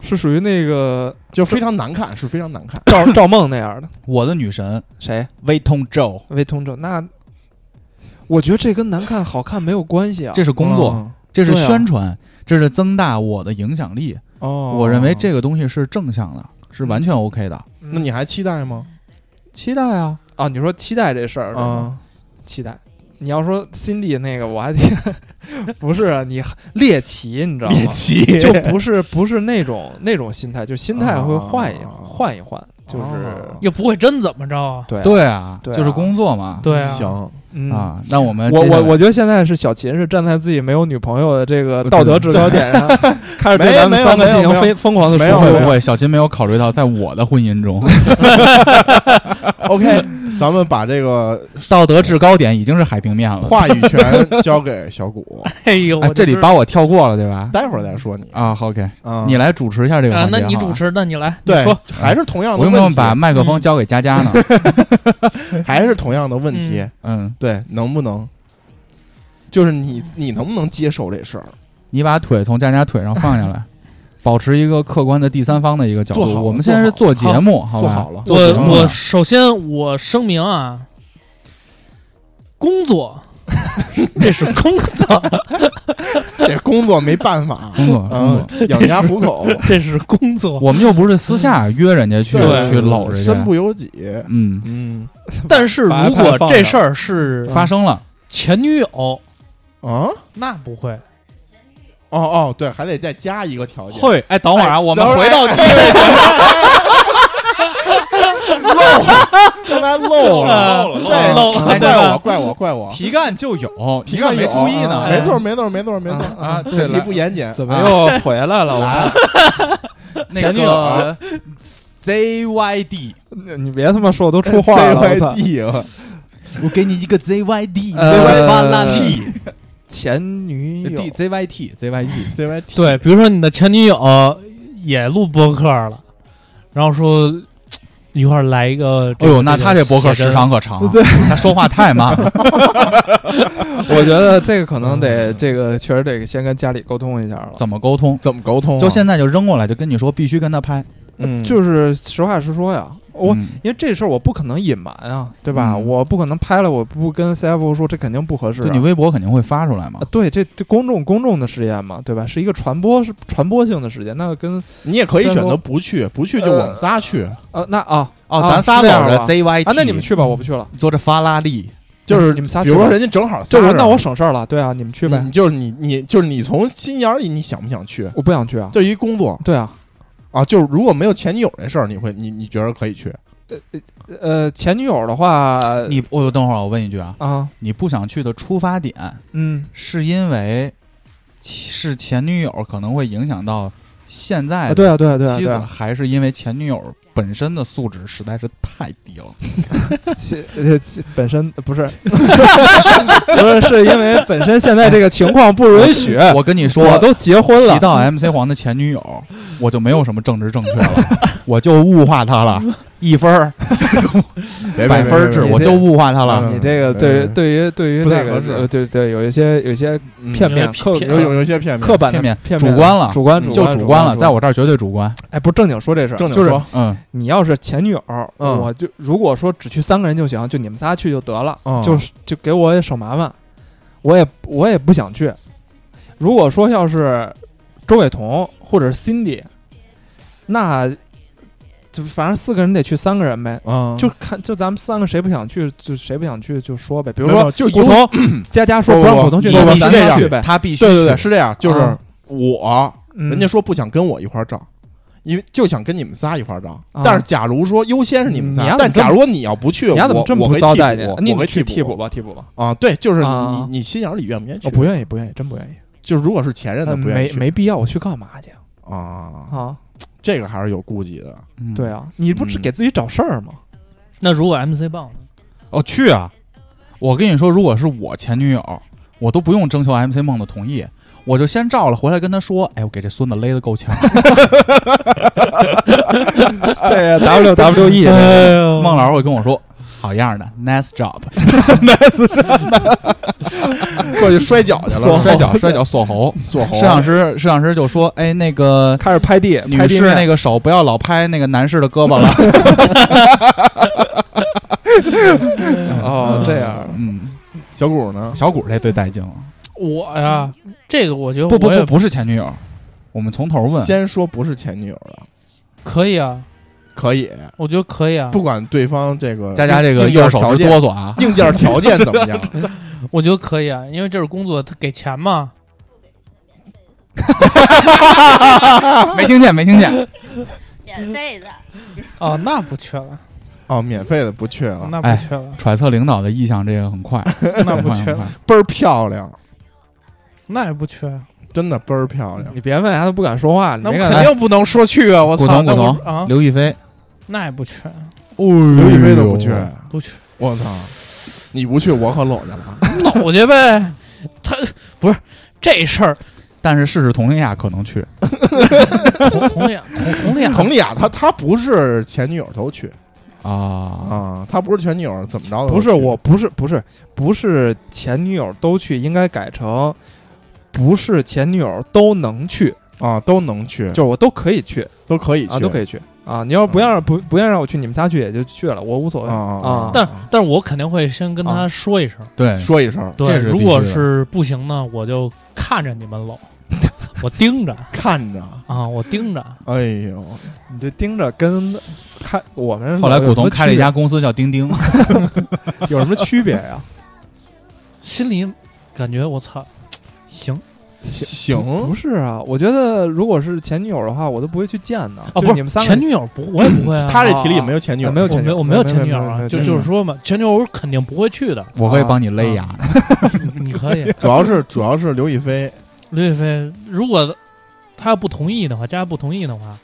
是属于那个
就非常难看，是非常难看。
赵赵梦那样的
我的女神
谁？
微通 Joe，
魏通哲那。我觉得这跟难看好看没有关系啊，
这是工作，
嗯
这是
对啊
宣传，这是增大我的影响力。
哦
我认为这个东西是正向的，是完全 OK 的。
那你还期待吗？
期待啊，
啊，嗯你说期待这事儿是吗
啊，
期待。你要说 Cindy 那个，我还挺 不是啊你猎奇，你知道吗？
奇
就不是不是那种那种心态，就心态会换一、
啊
换一换，就是、
哦
又不会真怎么着啊？
对
对啊，
对啊
就是工作嘛。
对啊，
行，
嗯。
啊，那我们
我
接下
我
来
我觉得现在是小秦是站在自己没有女朋友的这个道德制高点上，开始对
没
咱们三个
没有
进行
没有
疯疯狂的
没
说
有
会
没
教。
不会小金没有考虑到，在我的婚姻中，
OK，咱们把这个
道德制高点已经是海平面了。
话语权交给小谷，
哎呦，
哎
我
这里
知
把我跳过了，对吧？
待会儿再说你
啊好，OK，
啊，
你来主持一下这个
啊
环，节
那你
好吧
主持，那你来，你
对
说，
还是同样
我
的
用不
问
用
题，啊
把麦克风交给佳佳呢？
还是同样的问题
嗯，
嗯，
对，能不能？就是你，你能不能接受这事儿？
你把腿从佳佳腿上放下来，保持一个客观的第三方的一个角
做好
度。
了
我们现在是做节目，好
做
吧？
好了
做
我
节目
我
了
首先我声明啊，工作，这是工作，
这工作没 办法，
工作工
嗯
作，，
养家糊口，
这是工作。
我们又不是私下约人家去
对
去搂人
身
家
不，由己，
嗯，
嗯
但是如
把它
果
放
这
着
事儿是啊
发生了，
前女友，
啊，
那不会。
哦哦，对，还得再加一个 条件。
嘿，哎，等会儿啊，我们
等会儿
回到
哎
第一
哎
位选手，
刚才漏了，漏
啊漏了
哎
对吧
怪我，怪我，怪我。
题干就有，
提
题
纲
哎干没注意
啊
呢，
没错，没错，没错，没错
啊
啊
这
对
题不严 谨，
怎么又回来了？我
那
前女友
个
啊
ZYD，
你你别他妈说，我都出话了，我操！
，ZYD 啊
我给你一个 ZYD，
呃，前女友
D ZYT ZYT，
，ZYT，
对，比如说你的前女友也录播客了，然后说嘖一块儿来一个这
哎
个，
呦，那他这博客时长可长，对， 他说话太慢了，
我觉得这个可能得这个确实得先跟家里沟通一下了。
怎么沟通？
怎么沟通啊？
就现在就扔过来，就跟你说必须跟他拍，
嗯，
就是实话实说呀，我
嗯
因为这事儿我不可能隐瞒啊，对吧？
嗯
我不可能拍了，我不跟 CFO 说，这肯定不合适、啊。
就你微博肯定会发出来嘛
啊。对，这这公众公众的实验嘛，对吧？是一个传播是传播性的实验，那跟
你也可以选
虽然
择
说
不去，不去就我们仨去，
呃那啊
哦，
啊
咱仨
是这样
搂着
吧
ZYT，
啊，那你们去吧，我不去
嗯
了，
坐着法拉利，
就是
你们仨
比
去
如说
吧
人家正好
就
仨
是
人
那我省事儿了，对啊，你们去呗
你，就是你你就是你从心眼儿里你想不想去？
我不想去啊，
就一工作
对啊，
啊，就是如果没有前女友这事儿，你会你你觉得可以去？
呃，前女友的话，
你我等会儿我问一句啊，
啊，
你不想去的出发点
嗯，
是因为其是前女友可能会影响到现在
啊
的
对啊，对啊，对啊，
哎妻
对
子，
啊，
还是因为前女友本身的素质实在是太低了？
其呃其本身 不是，不是，是因为本身现在这个情况不允许，
我跟你说，
我都结婚
提
了，
到 MC 黄的前女友，我就没有什么政治正确了，我就物化她了，一分儿
嗯
别
百分儿制，
别
我就物化她了。
嗯
你这个对于
嗯
对于对于
不太
这个
合适
呃对对有一些有一些片
嗯
面
片
刻
片
有有有一些片面
刻板的
片面
片
主观了
主观
嗯
就
观
主
观
观了，在我这儿绝对主观。
哎，不是正经说这事儿，
正经
就是
说，
嗯，
你要是前女友，
嗯
我就如果说只去三个人就行，就你们仨去就得了，
嗯
就是就给我也省麻烦，我也我也不想去。如果说要是周伟彤或者是 Cindy，那就反正四个人得去三个人呗，
嗯，
就看就咱们三个谁不想去就谁不想去就说呗，比
比
如说
就
古
有
潼佳佳说
不
不让
不
古潼去，
你
那
你
咱
是
们
这
仨
样
去呗，
他必须
对对对，
去
是这样，就是
啊
我
嗯
人家说不想跟我一块儿照。因为就想跟你们仨一块儿照，
啊
但是假如说优先是你们
你
仨
丫，怎
但
么这么
假如你要不去，
你
我
俩怎么这么
我
不
会
招
替
待
补
你？啊
我
你
会
们去替
补
吧，替补吧。
啊，对，就是你
啊
你心眼儿里愿不愿意去？
我不愿意，不愿意，真不愿意。
就是如果是前任的
呃
不愿意
没
去
没必要，我去干嘛去啊
啊，
啊？
这个还是有顾忌的。
嗯
对啊，你不是
嗯
给自己找事儿吗？
那如果 MC 棒呢？
哦，去啊！我跟你说，如果是我前女友，我都不用征求 MC 梦的同意，我就先照了回来跟他说：“哎，我给这孙子勒得够 呛。
这 W W E
哎”呦
嗯孟老师会跟我说：“好样的，nice job，
过去摔跤去
锁
了，
喉
摔跤摔跤锁 喉。
锁”喉，
摄像师摄像师就说：“哎，那个
开始拍地，
女
拍地
士
面
那个手不要老拍那个男士的胳膊 了。
哦，这样”
嗯，
小谷呢？
小谷这最带劲了。
我呀，这个我觉得
不不
我也
不，不是前女友，我们从头问。
先说不是前女友了，
可以啊，
可以，
我觉得可以啊，
不管对方这个
佳佳这个
硬件
右手
条
直
件
哆嗦啊，
硬件条件怎么样？
我觉得可以啊，因为这是工作，他给钱嘛。
没听见没听见。
免费的。
哦，那不缺了，
哦，免费的不去了，
那不缺了，
揣测领导的意向，这个很 快，
那
很
不
快
缺
很 快，
倍儿漂亮，
那也不缺，
真的倍儿漂亮。
你别问，他都不敢说话，你
那我
没
肯
敢。
定不能说去啊！我
古
操，
潼古
那我
潼
啊，
刘亦菲，
那也不缺，
刘亦菲都不去，
不缺，
我操！你不去，我可搂着了。
搂去呗。他不是这事儿，
但是试试佟丽娅啊可能去，
佟佟丽娅，佟佟 丽娅，
佟丽娅她她不是前女友都去
啊，
啊，她不是前女友怎么着的？
不是，我，不是，不是，不是前女友都去，应该改成不是前女友都能去，
啊，都能去，
就是我都可以去
都可以
啊，
去，
都可以去啊。你要不让不不愿让我去，你们仨去也就去了，我无所谓
啊
啊。
但但是我肯定会先跟他说一声。
对，
说一声，
对，
这是
如
必须
果
的
是不行呢，我就看着你们搂，我盯着
看着，
啊，我盯着。
哎呦，
你这盯着跟看我们
后来古潼
潼
开了一家公司叫钉钉，
有什么区别呀？
心里感觉我操，行
行
不是啊，我觉得如果是前女友的话，我都不会去见的。
啊，
就
不
你
是
们三个
前女友不，我也不会啊。
他这题里没有前女友，
啊没有
我
前女
没
友
我没有前女友
没有没有没
啊，
有
就
前女
就
友
是说嘛，前女友我肯定不会 去的，
我可以帮你勒牙，
你你可以。
主要是主要是刘亦菲，
刘亦菲，如果她要不同意的话，佳佳不同意的话，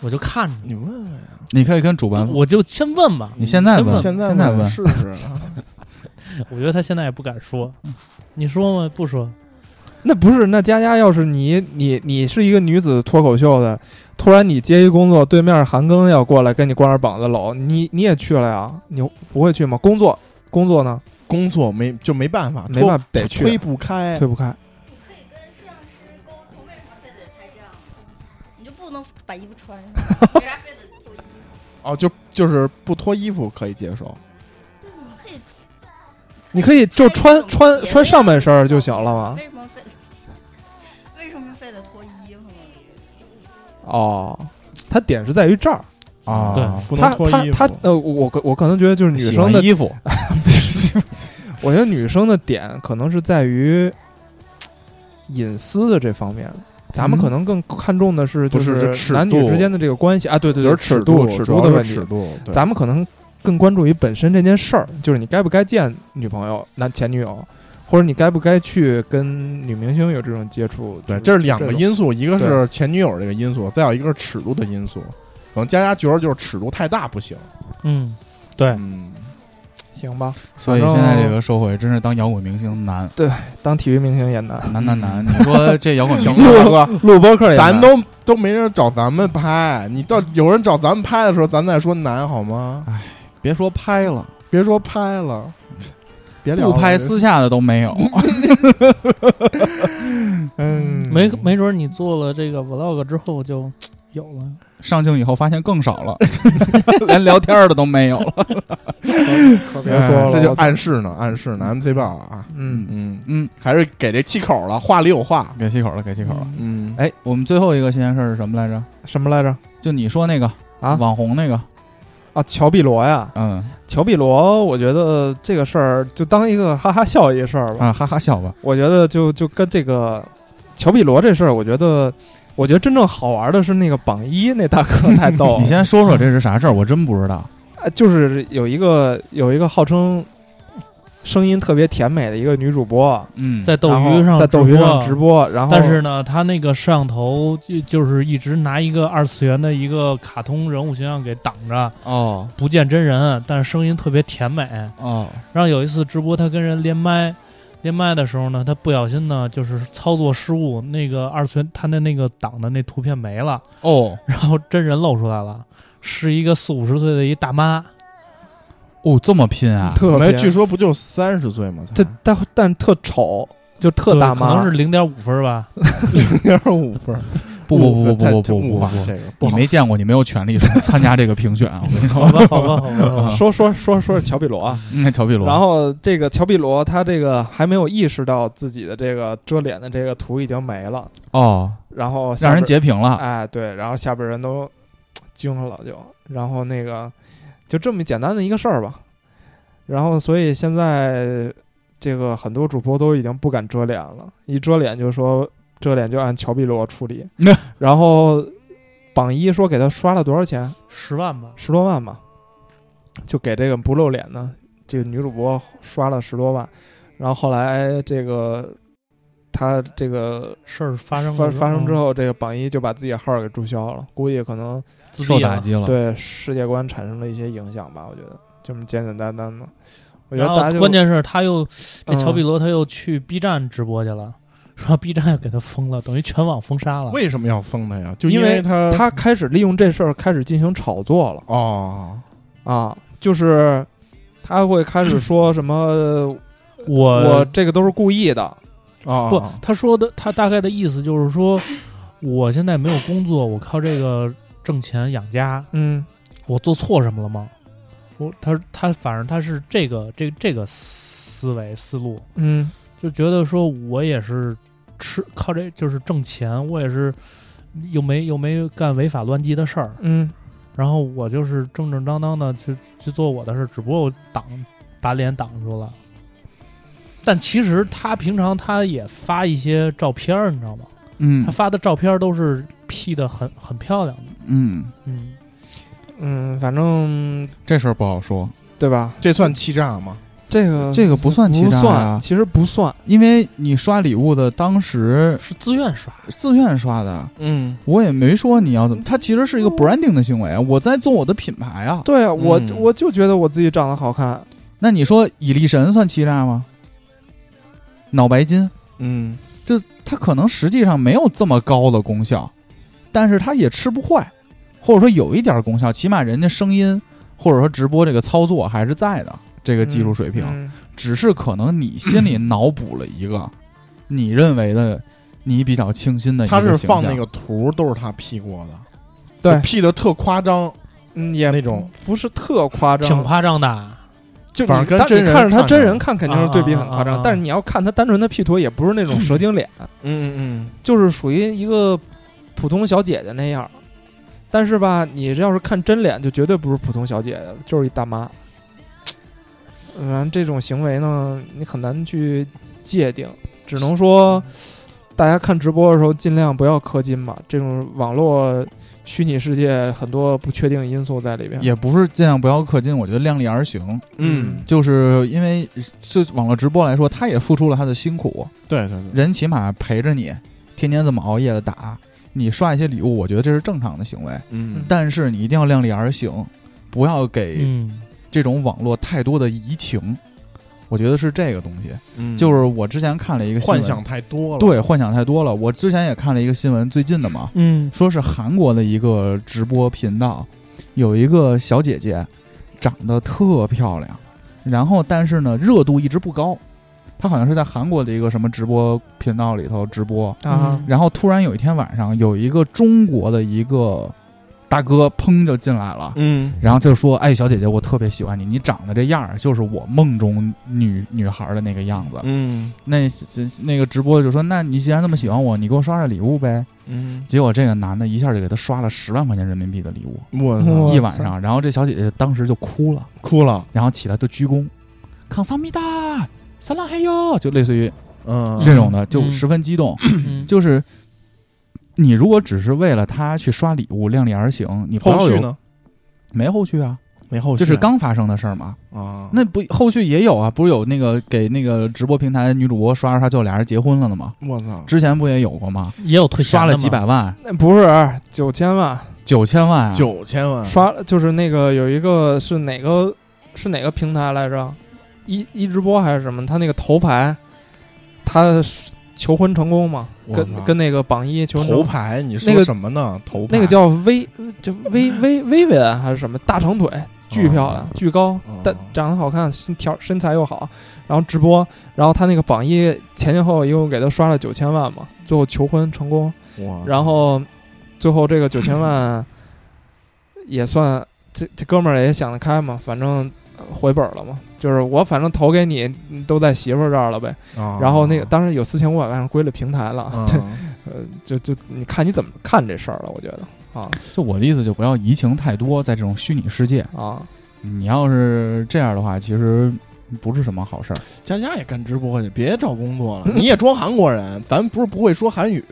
我就看着，
你问问呀，
你可以跟主办，
我就先问吧。
你现在
先
问，
现在
现在问，
试试。啊
我觉得他现在也不敢说，
嗯
你说吗？不说，嗯
那不是，那佳佳，要是你你你是一个女子脱口秀的，突然你接一工作，对面韩庚要过来跟你光着膀子搂，你你也去了呀？你不会去吗？工作工作呢？
工作没就没办法，
没办
法
法得去
推不开
推。不开。
可以跟摄影师沟通，为什么非得拍这样？你就不能把衣服穿 上？为啥非得脱衣服？
哦，就就是不脱衣服可以接受。
对，你可以
你可以就
这
穿
种
穿
别的
穿上半身儿
样子
就行了嘛。
为什么非为什么非得脱衣服呢？
哦，他点是在于这儿，
啊，
对
不能
他
脱
他
衣
他
服
呃，我可我可能觉得就是女
喜
生
欢
的，
衣服，
我觉得女生的点可能是在于隐私的这方面。咱们
嗯
可能更看重的是，就
不是
是
尺
男女
度
之间的这个关系啊，对对
有
对，
点尺
度
尺
尺度的问题
尺，度。对
咱们可能更关注于本身这件事儿，就是你该不该见女朋友、男前女友，或者你该不该去跟女明星有这种接触。
对，
就
这
是
是两个
种
因素，一个是前女友这个因素，再有一个是尺度的因素。可能佳佳觉得就是尺度太大不行。
嗯，对，
嗯，
行吧？
所以现在这个社会真是当摇滚明星难
当体育明星也难，
难难 难。你说这摇滚明星
行， 大哥，
录播客也难
咱都都没人找咱们拍，你到有人找咱们拍的时候，咱再说难好吗？
别说拍了，
别说拍了，别聊
不
了
拍私下的都没 有。
嗯，
没没准你做了这个 vlog 之后就有了。
上镜以后发现更少了， 连聊天儿的都没有了。
可别说了，
这就
我操
暗示呢，暗示呢，MC 报啊，
嗯，
嗯，
嗯，
还是给这气口了，话里有话，
给气口了，给气口了。
嗯，
哎，我们最后一个新鲜事儿是什么来着？
什么来着？
就你说那个
啊
网红那个，
啊，乔碧萝呀，
嗯
乔碧萝，我觉得这个事儿就当一个哈哈笑一事儿吧。
啊，哈哈笑吧。
我觉得就就跟这个乔碧萝这事儿，我觉得。我觉得真正好玩的是那个榜一那大哥 太逗了，
你先说说这是啥事儿，我真不知道。
呃，就是有一个有一个号称声音特别甜美的一个女主播，
嗯，
在斗
然后
鱼上
在斗鱼上直
播。
播，然后
但是呢，他那个摄像头就就是一直拿一个二次元的一个卡通人物形象给挡着，
哦
不见真人，但是声音特别甜美。
哦，
然后有一次直播，他跟人连麦，连麦的时候呢，他不小心呢就是操作失误，那个二次元他的那个档的那图片没了，
哦
然后真人露出来了，是一个四五十岁的一大妈，
哦，这么拼啊！
特
没
别，
据说不就三十岁吗？才
这但但特丑，就特
对
大
可能
妈
是，零点五 分吧。
零点五分，
不不不不
太
不不
太
不
物化
不
这个不
你
好，
没见过，你没有权利说 参加这个评选啊！我跟你
好
说，
吧，好吧，好吧。好 吧
说说说说是乔碧萝啊。
嗯，乔碧萝，
然后这个乔碧萝，她这个还没有意识到自己的这个遮脸的这个图已经没了，
哦，
然后下
让人
边
截屏了，
哎，对，然后下边人都惊了就，然后那个就这么简单的一个事儿吧，然后所以现在这个很多主播都已经不敢遮脸了，一遮脸就说遮脸就按乔碧萝处 理，然后榜一说给他刷了多少钱，
十万吧，
十多万吧，就给这个不露脸的这个女主播刷了十多万，然后后来这个。他这个
事儿发生
发
了
发生之
嗯
后，这个榜一就把自己号儿给注销了，估计可能
自
受
闭
打
了。
击了。
对世界观产生了一些影响吧。我觉得这么简简单单的，我觉
然
得大家
后
就
关键是他又这
嗯
乔碧萝他又去 B 站直播去了，然后 B 站又给他封了，等于全网封杀了。
为什么要封他呀？就
因
为
为
他
他开始利用这事儿开始进行炒作了
哦，
啊，就是他会开始说什么
我
我这个都是故意的，啊
哦
不，他说的他大概的意思就是说，我现在没有工作，我靠这个挣钱养家，
嗯
我做错什么了吗？我他他反正他是这个这这个思维思路，
嗯
就觉得说我也是吃靠这就是挣钱，我也是又没又没干违法乱纪的事儿，
嗯
然后我就是正正当当的去去做我的事，只不过我挡把脸挡住了。但其实他平常他也发一些照片儿，你知道吗？
嗯
他发的照片儿都是 P 的很很漂亮的，
嗯，
嗯，
嗯，反正
这事儿不好说。
对吧？
这算欺诈吗？
这个
这个不算欺
嗯不
诈啊
算，其实不算。
因为你刷礼物的当时
是自愿刷，
自愿刷的，
嗯，
我也没说你要怎么，它其实是一
哦
个 branding 的行为啊，我在做我的品牌啊。
对啊，我
嗯
我就觉得我自己长得好看。
那你说以力神算欺诈吗？脑白金，
嗯，
这它可能实际上没有这么高的功效，但是它也吃不坏，或者说有一点功效，起码人家声音或者说直播这个操作还是在的，这个技术水平，
嗯
只是可能你心里脑补了一 个你认为的你比较清新的一个
他是
形象
放那个图都是他 P 过的，
对
就，P 的特夸张，
嗯，也
那种
不是特夸张，
挺夸张的。
就你
反正跟
但
真人
你看着他
看
真
着
人看肯定是对比很夸
啊啊啊
张
啊，
但是你要看他单纯的 P 图，也不是那种蛇精脸，
嗯嗯
就是属于一个普通小姐姐那样。但是吧，你要是看真脸，就绝对不是普通小姐姐了，就是一大妈。嗯，然后这种行为呢，你很难去界定，只能说大家看直播的时候尽量不要氪金吧。这种网络虚拟世界很多不确定因素在里边。
也不是尽量不要氪金，我觉得量力而行。
嗯，
就是因为就网络直播来说，他也付出了他的辛苦，
对对对，
人起码陪着你，天天这么熬夜的打，你刷一些礼物，我觉得这是正常的行为。
嗯
但是你一定要量力而行，不要给
嗯，
这种网络太多的移情。我觉得是这个东西，
嗯
就是我之前看了一个新闻
幻想，太多了，
对幻想太多了。我之前也看了一个新闻，最近的嘛，
嗯，
说是韩国的一个直播频道，有一个小姐姐，长得特漂亮，然后但是呢热度一直不高，她好像是在韩国的一个什么直播频道里头直播，
啊，
然后突然有一天晚上有一个中国的一个大哥砰就进来了。
嗯
然后就说：“哎，小姐姐，我特别喜欢你，你长得这样儿就是我梦中女女孩儿的那个样子。
嗯
那”那那个直播就说：“那你既然那么喜欢我，你给我刷刷礼物呗。”
嗯，
结果这个男的一下就给她刷了十万块钱人民币的礼物，
我
我
一晚
操
上。然后这小姐姐当时就哭了，
哭了，
然后起来就鞠躬，康萨米达，萨拉嘿哟，就类似于
嗯，
这种的，就
嗯
十分激动。
嗯
就是你如果只是为了他去刷礼物，量力而行，你不要
后续
有
呢？
没后续啊，
没后续
就
啊，
是刚发生的事儿嘛。
啊，
那不后续也有啊，不是有那个给那个直播平台女主播刷刷刷，就俩人结婚了的吗？
我操，
之前不也有过吗？
也有退钱
刷了
的嘛
几百，万、
那不是九千万，
九千万啊，
九千万，
刷就是那个有一个是哪个是哪个平台来着？一一直播还是什么？他那个头牌，他求婚成功嘛？
我操
跟跟那个榜一求婚成
头
功
牌，你
那
说
个
什么呢？头牌
那个叫薇，叫薇薇薇薇安还是什么？大长腿，巨漂亮，巨高
哦，
但长得好看，身条身材又好，然后直播，然后他那个榜一前前后后一共给他刷了九千万嘛，最后求婚成功，
哇，
然后最后这个九千 万也算这这哥们儿也想得开嘛，反正呃回本了嘛，就是我反正投给你你都在媳妇儿这儿了呗。
啊
然后那个当然有四千五百万归了平台了，
啊
呃，就就你看你怎么看这事儿了，我觉得啊
就我的意思，就不要移情太多，在这种虚拟世界，
啊，
你要是这样的话，其实不是什么好事儿。
佳佳也干直播去，别找工作了，你也装韩国人，咱不是不会说韩语，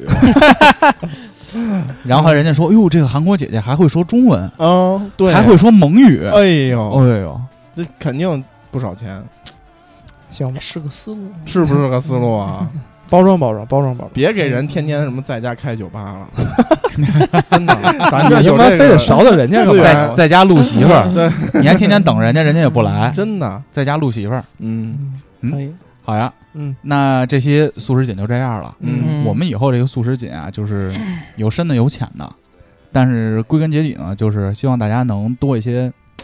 然后还人家说，哟，这个韩国姐姐还会说中文，
嗯， 对，
还会，说蒙语，
哎
哦
呦，
呦，
那肯定不少钱，
行吧，
是个思路。
是不是个思路啊？
包装包装包装包装，
别给人天天什么在家开酒吧了，真的，咱这
你
有
他妈
这
非得
个
勺到人家干
对啊
嘛？
在在家录媳妇 儿，
对，
你还天天等人家，人家也不来，
真的，
在家录媳妇儿。
嗯，
嗯
可以，
好呀，
嗯
那这期素食锦就这样了。
嗯
我们以后这个素食锦啊，就是有深的有浅的，但是归根结底呢，就是希望大家能多一些嘖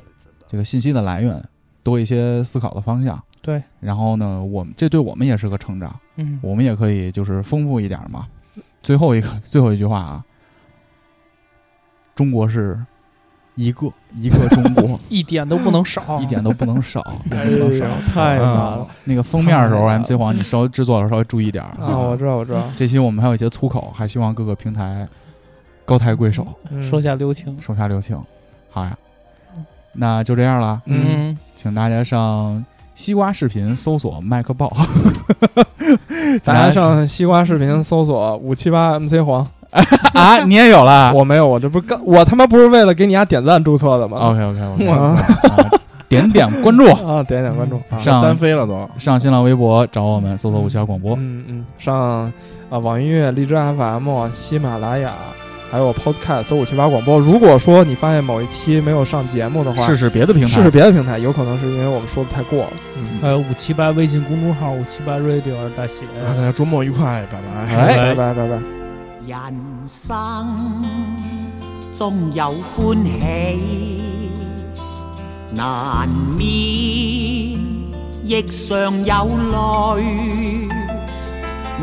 这个信息的来源，多一些思考的方向。
对，
然后呢，我们这对我们也是个成长，
嗯，，
我们也可以就是丰富一点嘛。最后一个 最后一句话啊，中国是一个一个中国
一点都不能少，
哦
一点都不能少，一
哎
点都不能少。
太难
啊
了！
那个封面的时候
哎 太难了
，MC 黄，你稍微制作的时候稍微注意点儿
啊，我知道我知道，
这期我们还有一些粗口，还希望各个平台高抬贵手，
嗯
手下留情。
手下留情。好呀，那就这样了，
嗯，
请大家上西瓜视频搜索麦克豹，
大家上西瓜视频搜索五七八 MC 黄。
啊，你也有了。啊
我没有，我这不是刚我他妈不是为了给你家点赞注册的吗？
OK OK OK，
啊，
啊点点关注，
啊，点点关注啊。
嗯上
单飞了都。
上新浪微博找我们，搜索“五七八广播
嗯嗯，上啊网易音乐、荔枝 FM、喜马拉雅，还有 Podcast 搜五七八广播。如果说你发现某一期没有上节目的”，话，
试试别的平台。
试试别的平台，有可能是因为我们说的太过了。嗯，
还有呃五七八微信公众号五七八 radio 二大写。
啊大家周末愉快，拜拜。
拜
哎
拜拜拜。
人生纵有欢喜，难免亦常有泪。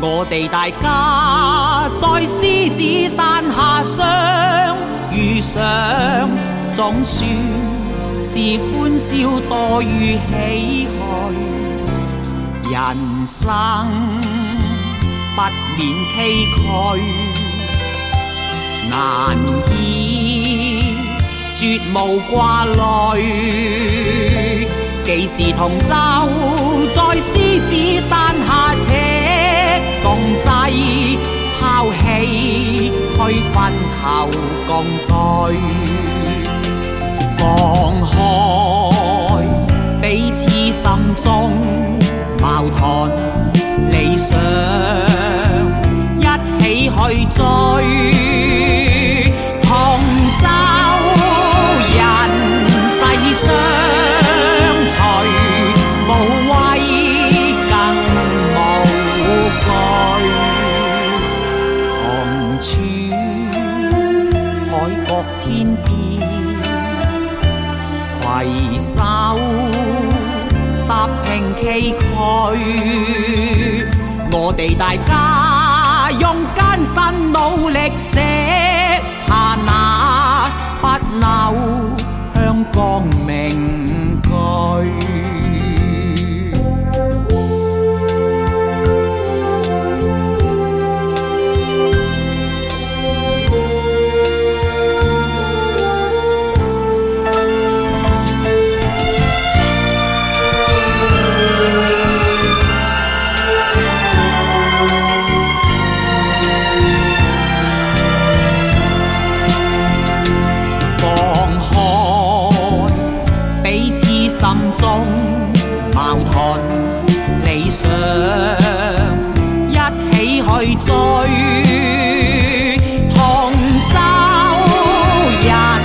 我哋大家在獅子山下相遇上，總算是歡笑多於唏噓。人生不免崎嶇，難以絕無掛慮。幾時同舟在獅子山下且共濟，拋棄區分求共對，放開彼此心中矛盾。理想，一起去追。同舟人世相隨，無畏更無懼。同處海角天邊，攜手。踏平崎嶇。我哋大家用艱辛努力寫下那不朽香港名句。放開彼此心中矛盾理想，一起去追。同舟人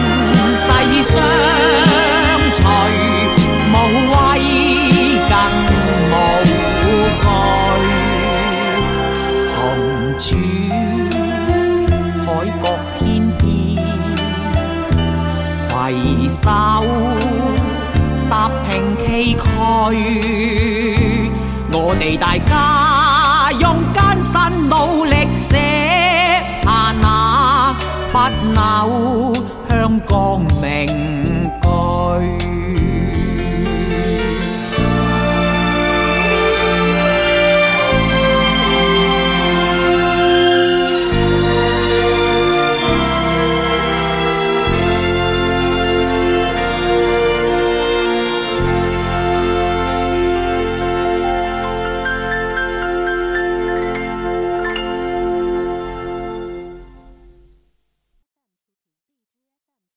世相隨，無畏更無懼。同處海角天邊。携手踏平崎嶇，我哋大家用艱辛努力寫下那不朽香港名